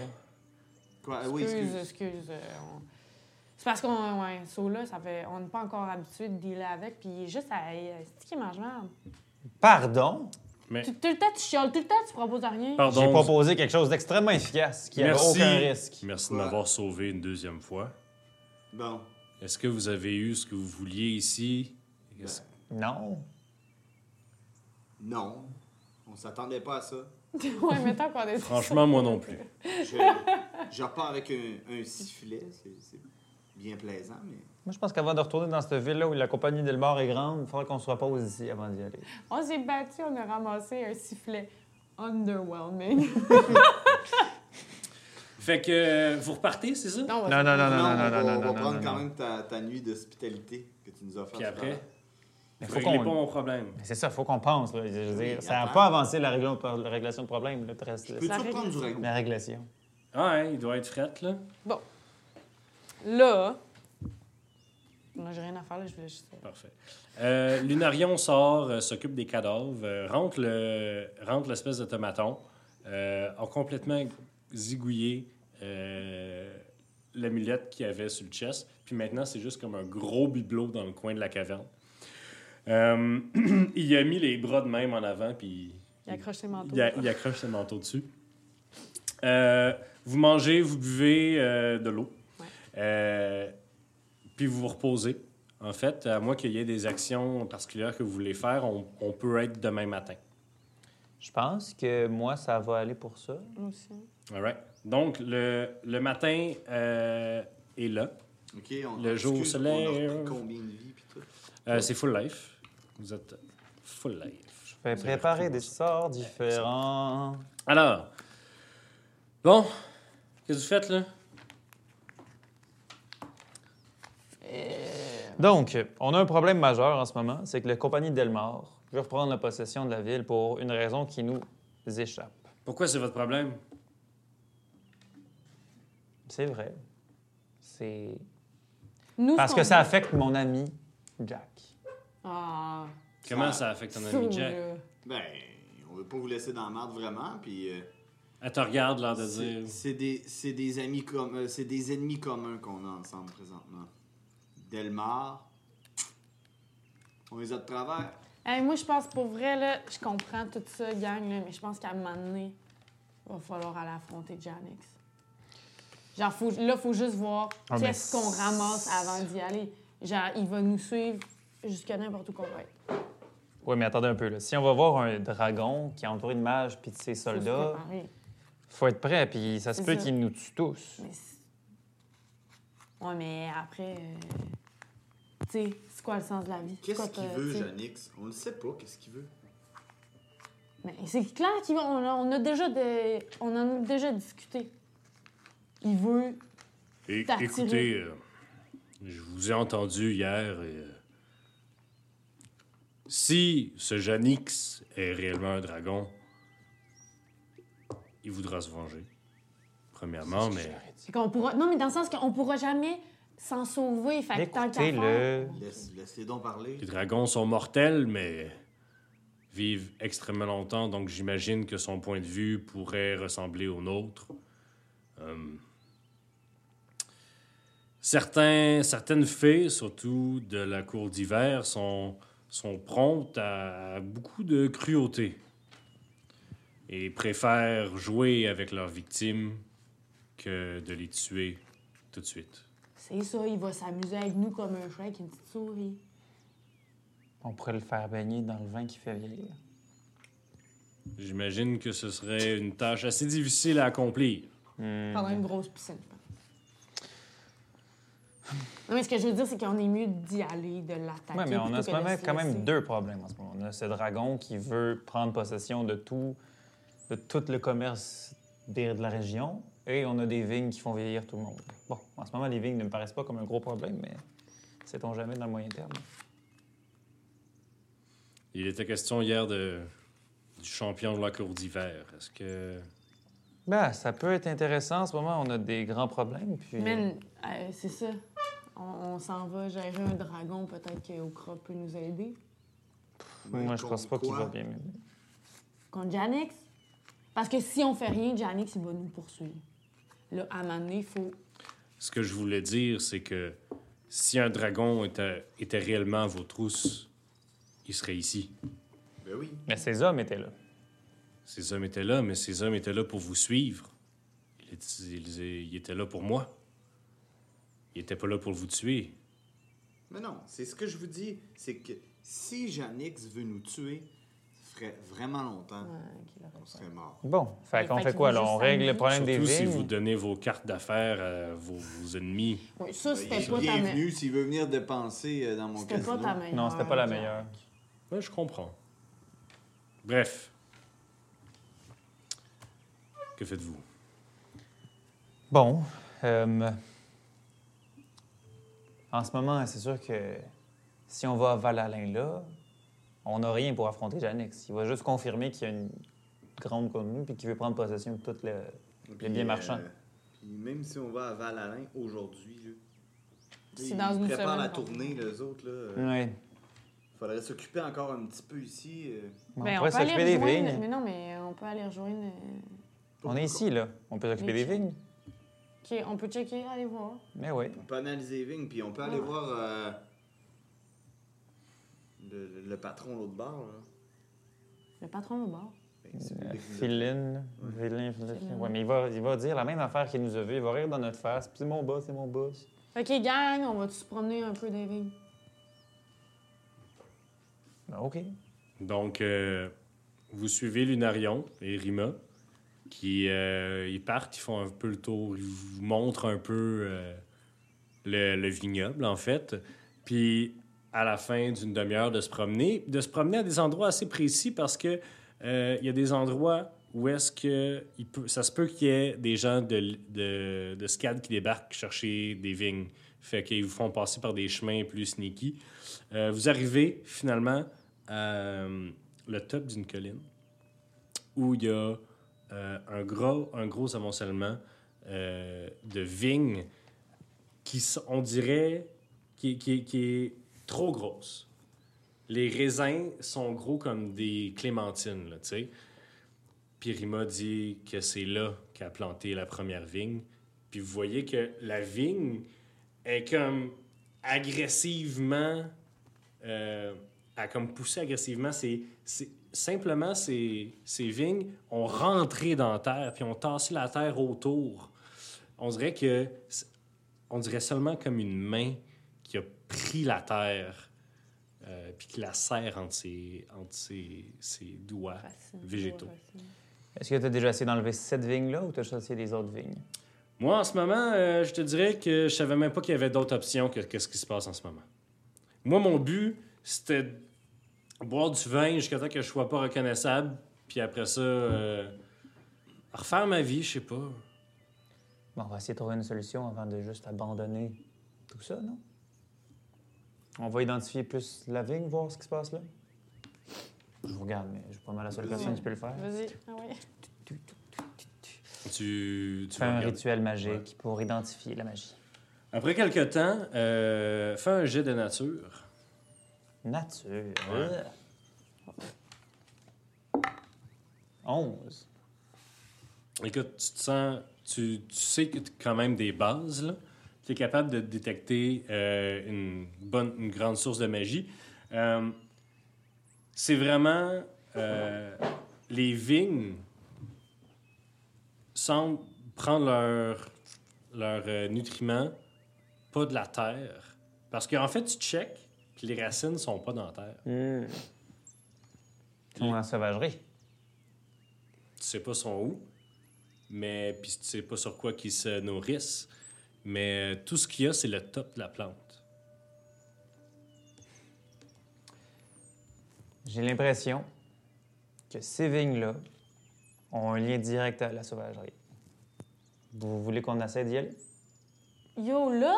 S5: Quoi? Oui,
S2: Excuse, excuse. euh, on- C'est parce qu'on. Ouais, so là, ça fait... on n'est pas encore habitué de dealer avec, puis il est juste à. euh, C'est qui mange merde?
S3: Pardon?
S1: Mais,
S2: Tout, tout le temps, tu chiales, tout le temps, tu proposes à rien.
S1: pardon.
S3: J'ai proposé quelque chose d'extrêmement efficace qui n'avait
S1: merci.
S3: aucun risque.
S1: Merci
S5: Ouais.
S1: de m'avoir sauvé une deuxième fois.
S5: Bon.
S1: Est-ce que vous avez eu ce que vous vouliez ici? Est-ce-
S3: Non.
S5: Non. On s'attendait pas à ça.
S2: [LAUGHS] ouais, mais tant qu'on est.
S1: Franchement, moi non plus. [LAUGHS]
S5: Je, je repars avec un, un sifflet. C'est c'est bien plaisant, mais.
S3: Moi, je pense qu'avant de retourner dans cette ville-là où la compagnie d'Elmore est grande, il faudrait qu'on se repose ici avant d'y aller.
S2: On s'est battu, on a ramassé un sifflet.
S3: [LAUGHS]
S2: Underwhelming.
S1: Fait que euh, vous repartez, c'est ça?
S2: on va-
S3: Non, non, non, non, non,
S5: on va,
S3: non, non,
S5: on
S3: non,
S5: va
S3: non,
S5: prendre
S3: non,
S5: quand
S3: non.
S5: même ta, ta nuit d'hospitalité que tu nous offres.
S1: Puis après,
S3: Mais
S1: vous
S3: faut
S1: réglez
S3: qu'on-
S1: pas mon problème.
S3: Mais C'est ça, faut qu'on pense. Là. Je veux dire,
S5: Oui,
S3: ça n'a
S5: attends.
S3: pas avancé la, réglo- la réglation de problème, le reste.
S5: Peux-tu
S2: Ça
S5: reprendre
S2: règle.
S5: du ragoût?
S1: Ben,
S3: La réglation.
S1: Ah, hein, il doit être fret, là.
S2: Là. Moi, j'ai rien à faire, là, je voulais juste.
S1: Parfait. Euh, Lunarion sort, euh, s'occupe des cadavres, euh, rentre le rentre l'espèce de tomaton, euh, a complètement zigouillé euh, l'amulette qu'il avait sur le chest, puis maintenant c'est juste comme un gros bibelot dans le coin de la caverne. Euh, [CLEARS THROAT] il a mis les bras de même en avant, puis
S2: Il accroche ses manteaux.
S1: il, a- il accroche ses manteaux dessus. Euh, vous mangez, vous buvez euh, de l'eau.
S2: Ouais.
S1: Euh, puis vous vous reposez. En fait, à moins qu'il y ait des actions particulières que vous voulez faire, on, on peut être demain matin.
S3: Je pense que moi, ça va aller pour ça.
S2: Moi aussi.
S1: All right? Donc, le, le matin euh, est là.
S5: OK, on
S1: Le jour
S5: excuse,
S1: au soleil,
S5: on a repris
S1: euh.
S5: combien de vies, puis tout.
S1: Euh, C'est full life. Vous êtes full life.
S3: Je vais
S1: Vous avez
S3: Ben, préparer
S1: repris
S3: des
S1: vos-
S3: sorts différents.
S1: Alors, bon, qu'est-ce que vous faites là?
S3: Donc, on a un problème majeur en ce moment, c'est que la compagnie Delmar veut reprendre la possession de la ville pour une raison qui nous échappe.
S1: Pourquoi c'est votre problème?
S3: C'est vrai. C'est
S2: Nous,
S3: parce
S2: ce
S3: que
S2: qu'on
S3: ça
S2: veut-
S3: affecte mon ami Jack.
S2: Ah.
S1: Comment ça affecte ton
S2: ça,
S1: ami Jack?
S2: là.
S5: Ben, on veut pas vous laisser dans la merde vraiment, puis. euh,
S1: Elle te regarde, l'air de
S5: c'est-
S1: dire.
S5: c'est des, c'est des amis comme, euh, c'est des ennemis communs qu'on a ensemble présentement. Delmar, on les a de travers.
S2: Hey, moi, je pense pour vrai, là, je comprends tout ça, gang, là, mais je pense qu'à un moment donné, il va falloir aller affronter Janix. Genre, faut, là, faut juste voir
S3: Ah, mais
S2: qu'est-ce qu'on ramasse avant d'y aller. Genre, il va nous suivre jusqu'à n'importe où qu'on va être.
S3: Oui, mais attendez un peu. Là. Si on va voir un dragon qui a entouré de mages puis de ses
S2: Faut se
S3: soldats,
S2: préparer.
S3: faut être prêt. Puis ça se
S2: C'est
S3: peut
S2: ça.
S3: qu'ils nous tuent tous.
S2: Mais c'est- Ouais, mais après, euh, tu sais, c'est quoi le sens de la vie? C'est
S5: Qu'est-ce
S2: quoi
S5: qu'il
S2: que-
S5: veut,
S2: euh, tu sais?
S5: Janix? On le sait pas, qu'est-ce qu'il veut.
S2: Mais c'est clair qu'on a, on a déjà des- on en a déjà discuté. Il veut
S1: É-
S2: T'as
S1: écoutez,
S2: tiré.
S1: euh, je vous ai entendu hier. et, euh, si ce Janix est réellement un dragon, il voudra se venger. Premièrement, mais
S2: Fait qu'on pourra... Non, mais dans le sens qu'on pourra jamais s'en sauver. Fait que tant qu'à faire...
S3: Écoutez-le.
S5: Laisse, laisse les dons parler.
S1: les dragons sont mortels, mais vivent extrêmement longtemps, donc j'imagine que son point de vue pourrait ressembler au nôtre. Euh, certains, certaines fées, surtout de la cour d'hiver, sont, sont promptes à, à beaucoup de cruauté et préfèrent jouer avec leurs victimes que de les tuer tout de suite.
S2: C'est ça, il va s'amuser avec nous comme un chat avec une petite souris.
S3: On pourrait le faire baigner dans le vin qui fait vieillir.
S1: J'imagine que ce serait une tâche assez difficile à accomplir.
S3: Mm.
S2: Pendant une grosse piscine, je pense. Non, mais ce que je veux dire, c'est qu'on est mieux d'y aller, de l'attaquer.
S3: Oui, mais on
S2: plutôt
S3: a ce
S2: que de
S3: moment
S2: se
S3: quand même
S2: laisser.
S3: deux problèmes en ce moment. On a ce dragon qui veut prendre possession de tout, de tout le commerce des- de la région, et on a des vignes qui font vieillir tout le monde. Bon, en ce moment, les vignes ne me paraissent pas comme un gros problème, mais Sait-on jamais dans le moyen terme?
S1: Il était question hier de, du champion de la cour d'hiver. Est-ce que.
S3: Ben, ça peut être intéressant. En ce moment, on a des grands problèmes. Puis...
S2: Man, euh, c'est ça. On, on s'en va gérer un dragon. Peut-être que Okra peut nous aider.
S3: Moi, je pense pas qu'il va bien. m'aimer.
S2: Contre Janix. Parce que si on fait rien, Janix, il va nous poursuivre. Là, à un moment donné, il faut.
S1: Ce que je voulais dire, c'est que si un dragon était, était réellement à vos trousses, il serait ici.
S5: Ben oui.
S3: Mais ces hommes étaient là.
S1: Ces hommes étaient là, mais ces hommes étaient là pour vous suivre. Ils, étaient- ils- ils étaient là pour moi. Ils étaient pas là pour vous tuer.
S5: Mais non, c'est ce que je vous dis, c'est que si Janix veut nous tuer, ça ferait vraiment longtemps
S2: euh, qu'il aurait
S5: qu'on
S2: pas.
S5: serait mort.
S3: Bon, fait
S2: Mais
S3: qu'on
S2: fait
S3: fait
S2: qu'il
S3: quoi,
S2: faut
S3: là?
S2: juste
S3: On règle le
S2: s'amener.
S3: problèmes des
S1: Surtout si
S3: vignes?
S1: vous donnez vos cartes d'affaires à vos, vos ennemis.
S2: Oui, ça,
S5: Ben, il
S2: c'était
S5: est
S2: pas ta meilleure.
S5: bienvenu s'il veut venir dépenser euh, dans mon
S2: C'était
S5: casino.
S2: pas ta meilleure.
S3: Non, c'était pas la
S2: Jack.
S3: meilleure.
S1: Ouais, je comprends. Bref. Que faites-vous?
S3: Bon, euh, en ce moment, c'est sûr que si on va à Valalin là, on n'a rien pour affronter Janix. Il va juste confirmer qu'il y a une grande commune puis qu'il veut prendre possession de tout le.
S5: Puis, euh,
S3: bien marchand.
S5: puis même si on va à Val-Alain aujourd'hui, là,
S2: C'est
S5: ils
S2: dans une
S5: préparent
S2: semaine,
S5: la
S2: donc.
S5: tournée, les autres. Là, euh,
S3: Ouais.
S5: faudrait s'occuper encore un petit peu ici. euh,
S3: On
S2: Ben,
S3: pourrait
S2: peut aller
S3: s'occuper des
S2: rejoindre-
S3: vignes.
S2: Mais non, mais on peut aller rejoindre. euh,
S5: pour-
S3: On est ici, là. On peut s'occuper des
S2: vignes.
S3: vignes.
S2: OK, on peut checker, aller voir.
S3: Mais oui.
S5: On peut analyser les vignes, puis on peut aller
S2: Ouais.
S5: voir euh, le, le- le patron de l'autre bar. Là. Ben,
S2: Le patron au bar.
S5: Fait que
S3: Euh,
S5: celui qui nous a-
S3: Filine, Vilain, Vilain. Ouais, mais il va, il va dire la même affaire qu'il nous a vu. Il va rire dans notre face. Puis c'est mon boss, c'est mon boss.
S2: OK, gang, on va se promener un peu des vignes.
S3: Ben, OK.
S1: Donc, euh, vous suivez Lunarion et Rima, qui euh, ils partent, ils font un peu le tour, ils vous montrent un peu euh, le, le vignoble, en fait. Puis, à la fin d'une demi-heure de se promener, de se promener à des endroits assez précis parce que euh, il y a des endroits où est-ce que il peut- ça se peut qu'il y ait des gens de, l- de, de SCAD qui débarquent chercher des vignes. Fait qu'ils vous font passer par des chemins plus sneaky. Euh, vous arrivez finalement euh, le top d'une colline où il y a euh, un, gros, un gros amoncellement euh, de vignes qui, sont- on dirait, qui, qui, qui est trop grosse. Les raisins sont gros comme des clémentines, là, tu sais. Puis Rima dit que c'est là qu'a planté la première vigne. Puis vous voyez que la vigne est comme agressivement euh, à comme pousser agressivement. C'est, c'est- simplement ces, ces vignes ont rentré dans la terre puis ont tassé la terre autour. On dirait que c'est- on dirait seulement comme une main qui a pris la terre euh, puis qui la serre entre ses, entre ses- ses doigts
S2: Fascinant.
S1: végétaux.
S2: Fascinant.
S3: Est-ce que tu as déjà essayé d'enlever cette vigne-là ou tu as chassé les autres vignes?
S1: Moi, en ce moment, euh, je te dirais que je savais même pas qu'il y avait d'autres options que, que ce qui se passe en ce moment. Moi, mon but, c'était de boire du vin jusqu'à temps que je sois pas reconnaissable, puis après ça, euh, refaire ma vie, je sais pas.
S3: Bon, on va essayer de trouver une solution avant de juste abandonner tout ça, non? On va identifier plus la vigne, voir ce qui se passe là. Je vous regarde, mais je suis pas mal la seule personne qui peut le faire.
S2: Vas-y. Ah ouais.
S1: Tu, tu
S3: Fais
S1: vas
S3: un
S1: regarder.
S3: rituel magique pour identifier la magie.
S1: Après quelques temps, euh, fais un jet de nature.
S3: Nature.
S1: Ouais.
S3: 11.
S1: Écoute, tu te sens. Tu, tu sais que tu quand même des bases, là. Tu es capable de détecter euh, une bonne, une grande source de magie. Euh, c'est vraiment. euh, les vignes semblent prendre leurs leur, nutriments pas de la terre. Parce qu'en fait, tu check, puis les racines sont pas dans la terre.
S3: Ils sont en Hmm. sauvagerie.
S1: tu sais pas sont où, mais puis tu sais pas sur quoi qu'ils se nourrissent. Mais euh, tout ce qu'il y a, c'est le top de la plante.
S3: J'ai l'impression que ces vignes-là ont un lien direct à la sauvagerie. Vous voulez qu'on essaie d'y aller?
S2: Yo, là?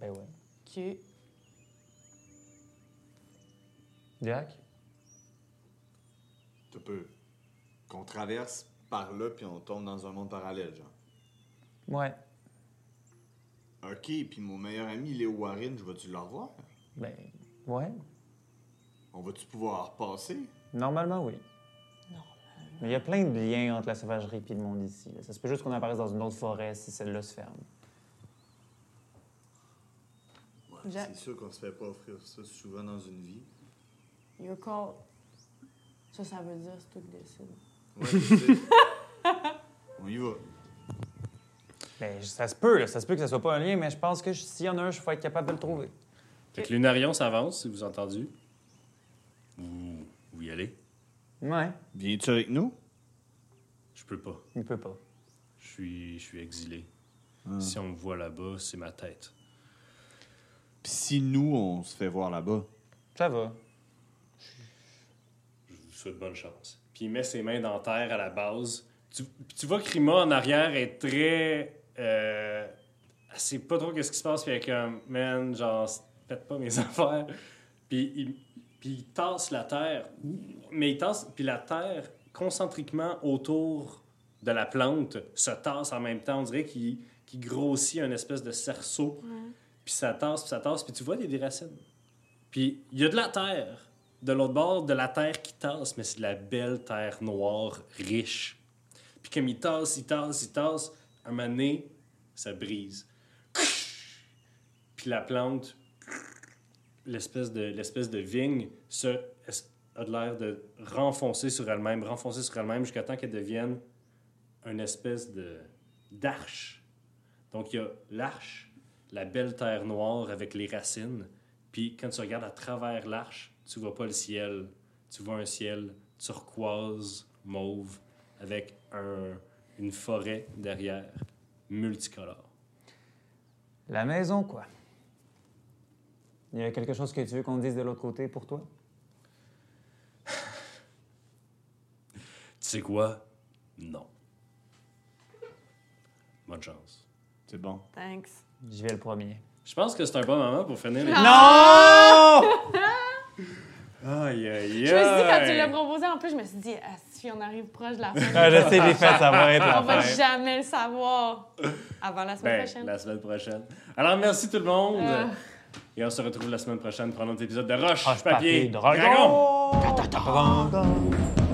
S3: Ben
S2: OK.
S3: ouais. Jack?
S5: Tu peux. Qu'on traverse par là, puis on tombe dans un monde parallèle, genre.
S3: Ouais.
S5: Ok, puis mon meilleur ami Léo Warren, je vais-tu le revoir?
S3: Ben, ouais.
S5: On va-tu pouvoir passer?
S3: Normalement, oui. Mais il y a plein de liens entre la sauvagerie et le monde ici. là. Ça se peut juste qu'on apparaisse dans une autre forêt si celle-là se ferme.
S5: Ouais,
S2: J'a-
S5: c'est sûr qu'on se fait pas offrir ça souvent dans une vie.
S2: Your call. Ça, ça veut dire c'est toi qui décides.
S5: Ouais, je
S4: [LAUGHS]
S5: sais. on y va.
S3: Ben, ça se peut, là. ça se peut que ça soit pas un lien, mais je pense que je- s'il y en a un, je vais être capable de le trouver.
S1: Fait que Lunarion s'avance, si vous avez entendu. Vous, vous y allez?
S3: Ouais.
S4: Viens-tu avec nous?
S1: Je peux pas.
S3: Il peut pas.
S1: Je suis, je suis exilé. Si on me voit là-bas, c'est ma tête.
S4: Puis si nous, on se fait voir là-bas.
S3: Ça va.
S1: Je vous souhaite bonne chance. Puis il met ses mains dans la terre à la base. Tu, puis tu vois que Rima en arrière est très. Euh, elle sait pas trop qu'est-ce qui se passe, puis elle est comme, man, genre, faites pas mes [LAUGHS] affaires. Puis il, puis il tasse la terre, mais il tasse, puis la terre concentriquement autour de la plante se tasse en même temps. On dirait qu'il qu'il grossit un espèce de cerceau. Puis ça tasse, puis ça tasse, puis tu vois des, des racines. Puis il y a de la terre de l'autre bord, de la terre qui tasse, mais c'est de la belle terre noire riche. Puis comme il tasse, il tasse, il tasse, à un moment donné, ça brise. Puis la plante, l'espèce de, l'espèce de vigne, se, es- a de l'air de renfoncer sur elle-même, renfoncer sur elle-même jusqu'à temps qu'elle devienne une espèce de, d'arche. Donc il y a l'arche, la belle terre noire avec les racines. Puis quand tu regardes à travers l'arche, tu vois pas le ciel. Tu vois un ciel turquoise, mauve, avec un- une forêt derrière, multicolore.
S3: La maison, quoi. Il y a quelque chose que tu veux qu'on dise de l'autre côté pour toi?
S1: Tu sais quoi? Non. Bonne chance.
S4: C'est bon.
S2: Thanks.
S3: Je vais le premier.
S1: Je pense que c'est un bon moment pour finir. les- Aïe, aïe,
S2: Je me suis dit, quand tu
S1: aïe.
S2: l'as proposé, en plus, je me suis dit, ah, si on arrive proche de la fin,
S3: Ah, je sais, j'ai fait, ça va être
S2: on
S3: la
S2: va
S3: fin.
S2: jamais le savoir avant la semaine
S1: Ben,
S2: prochaine.
S1: la semaine prochaine. Alors, merci tout le monde.
S2: Ah.
S1: Et on se
S3: Ah,
S1: retrouve la semaine prochaine pour un autre épisode de Roche,
S3: Roche,
S1: papier,
S3: papier, dragon.
S1: dragon.
S3: Ta-ta-ta.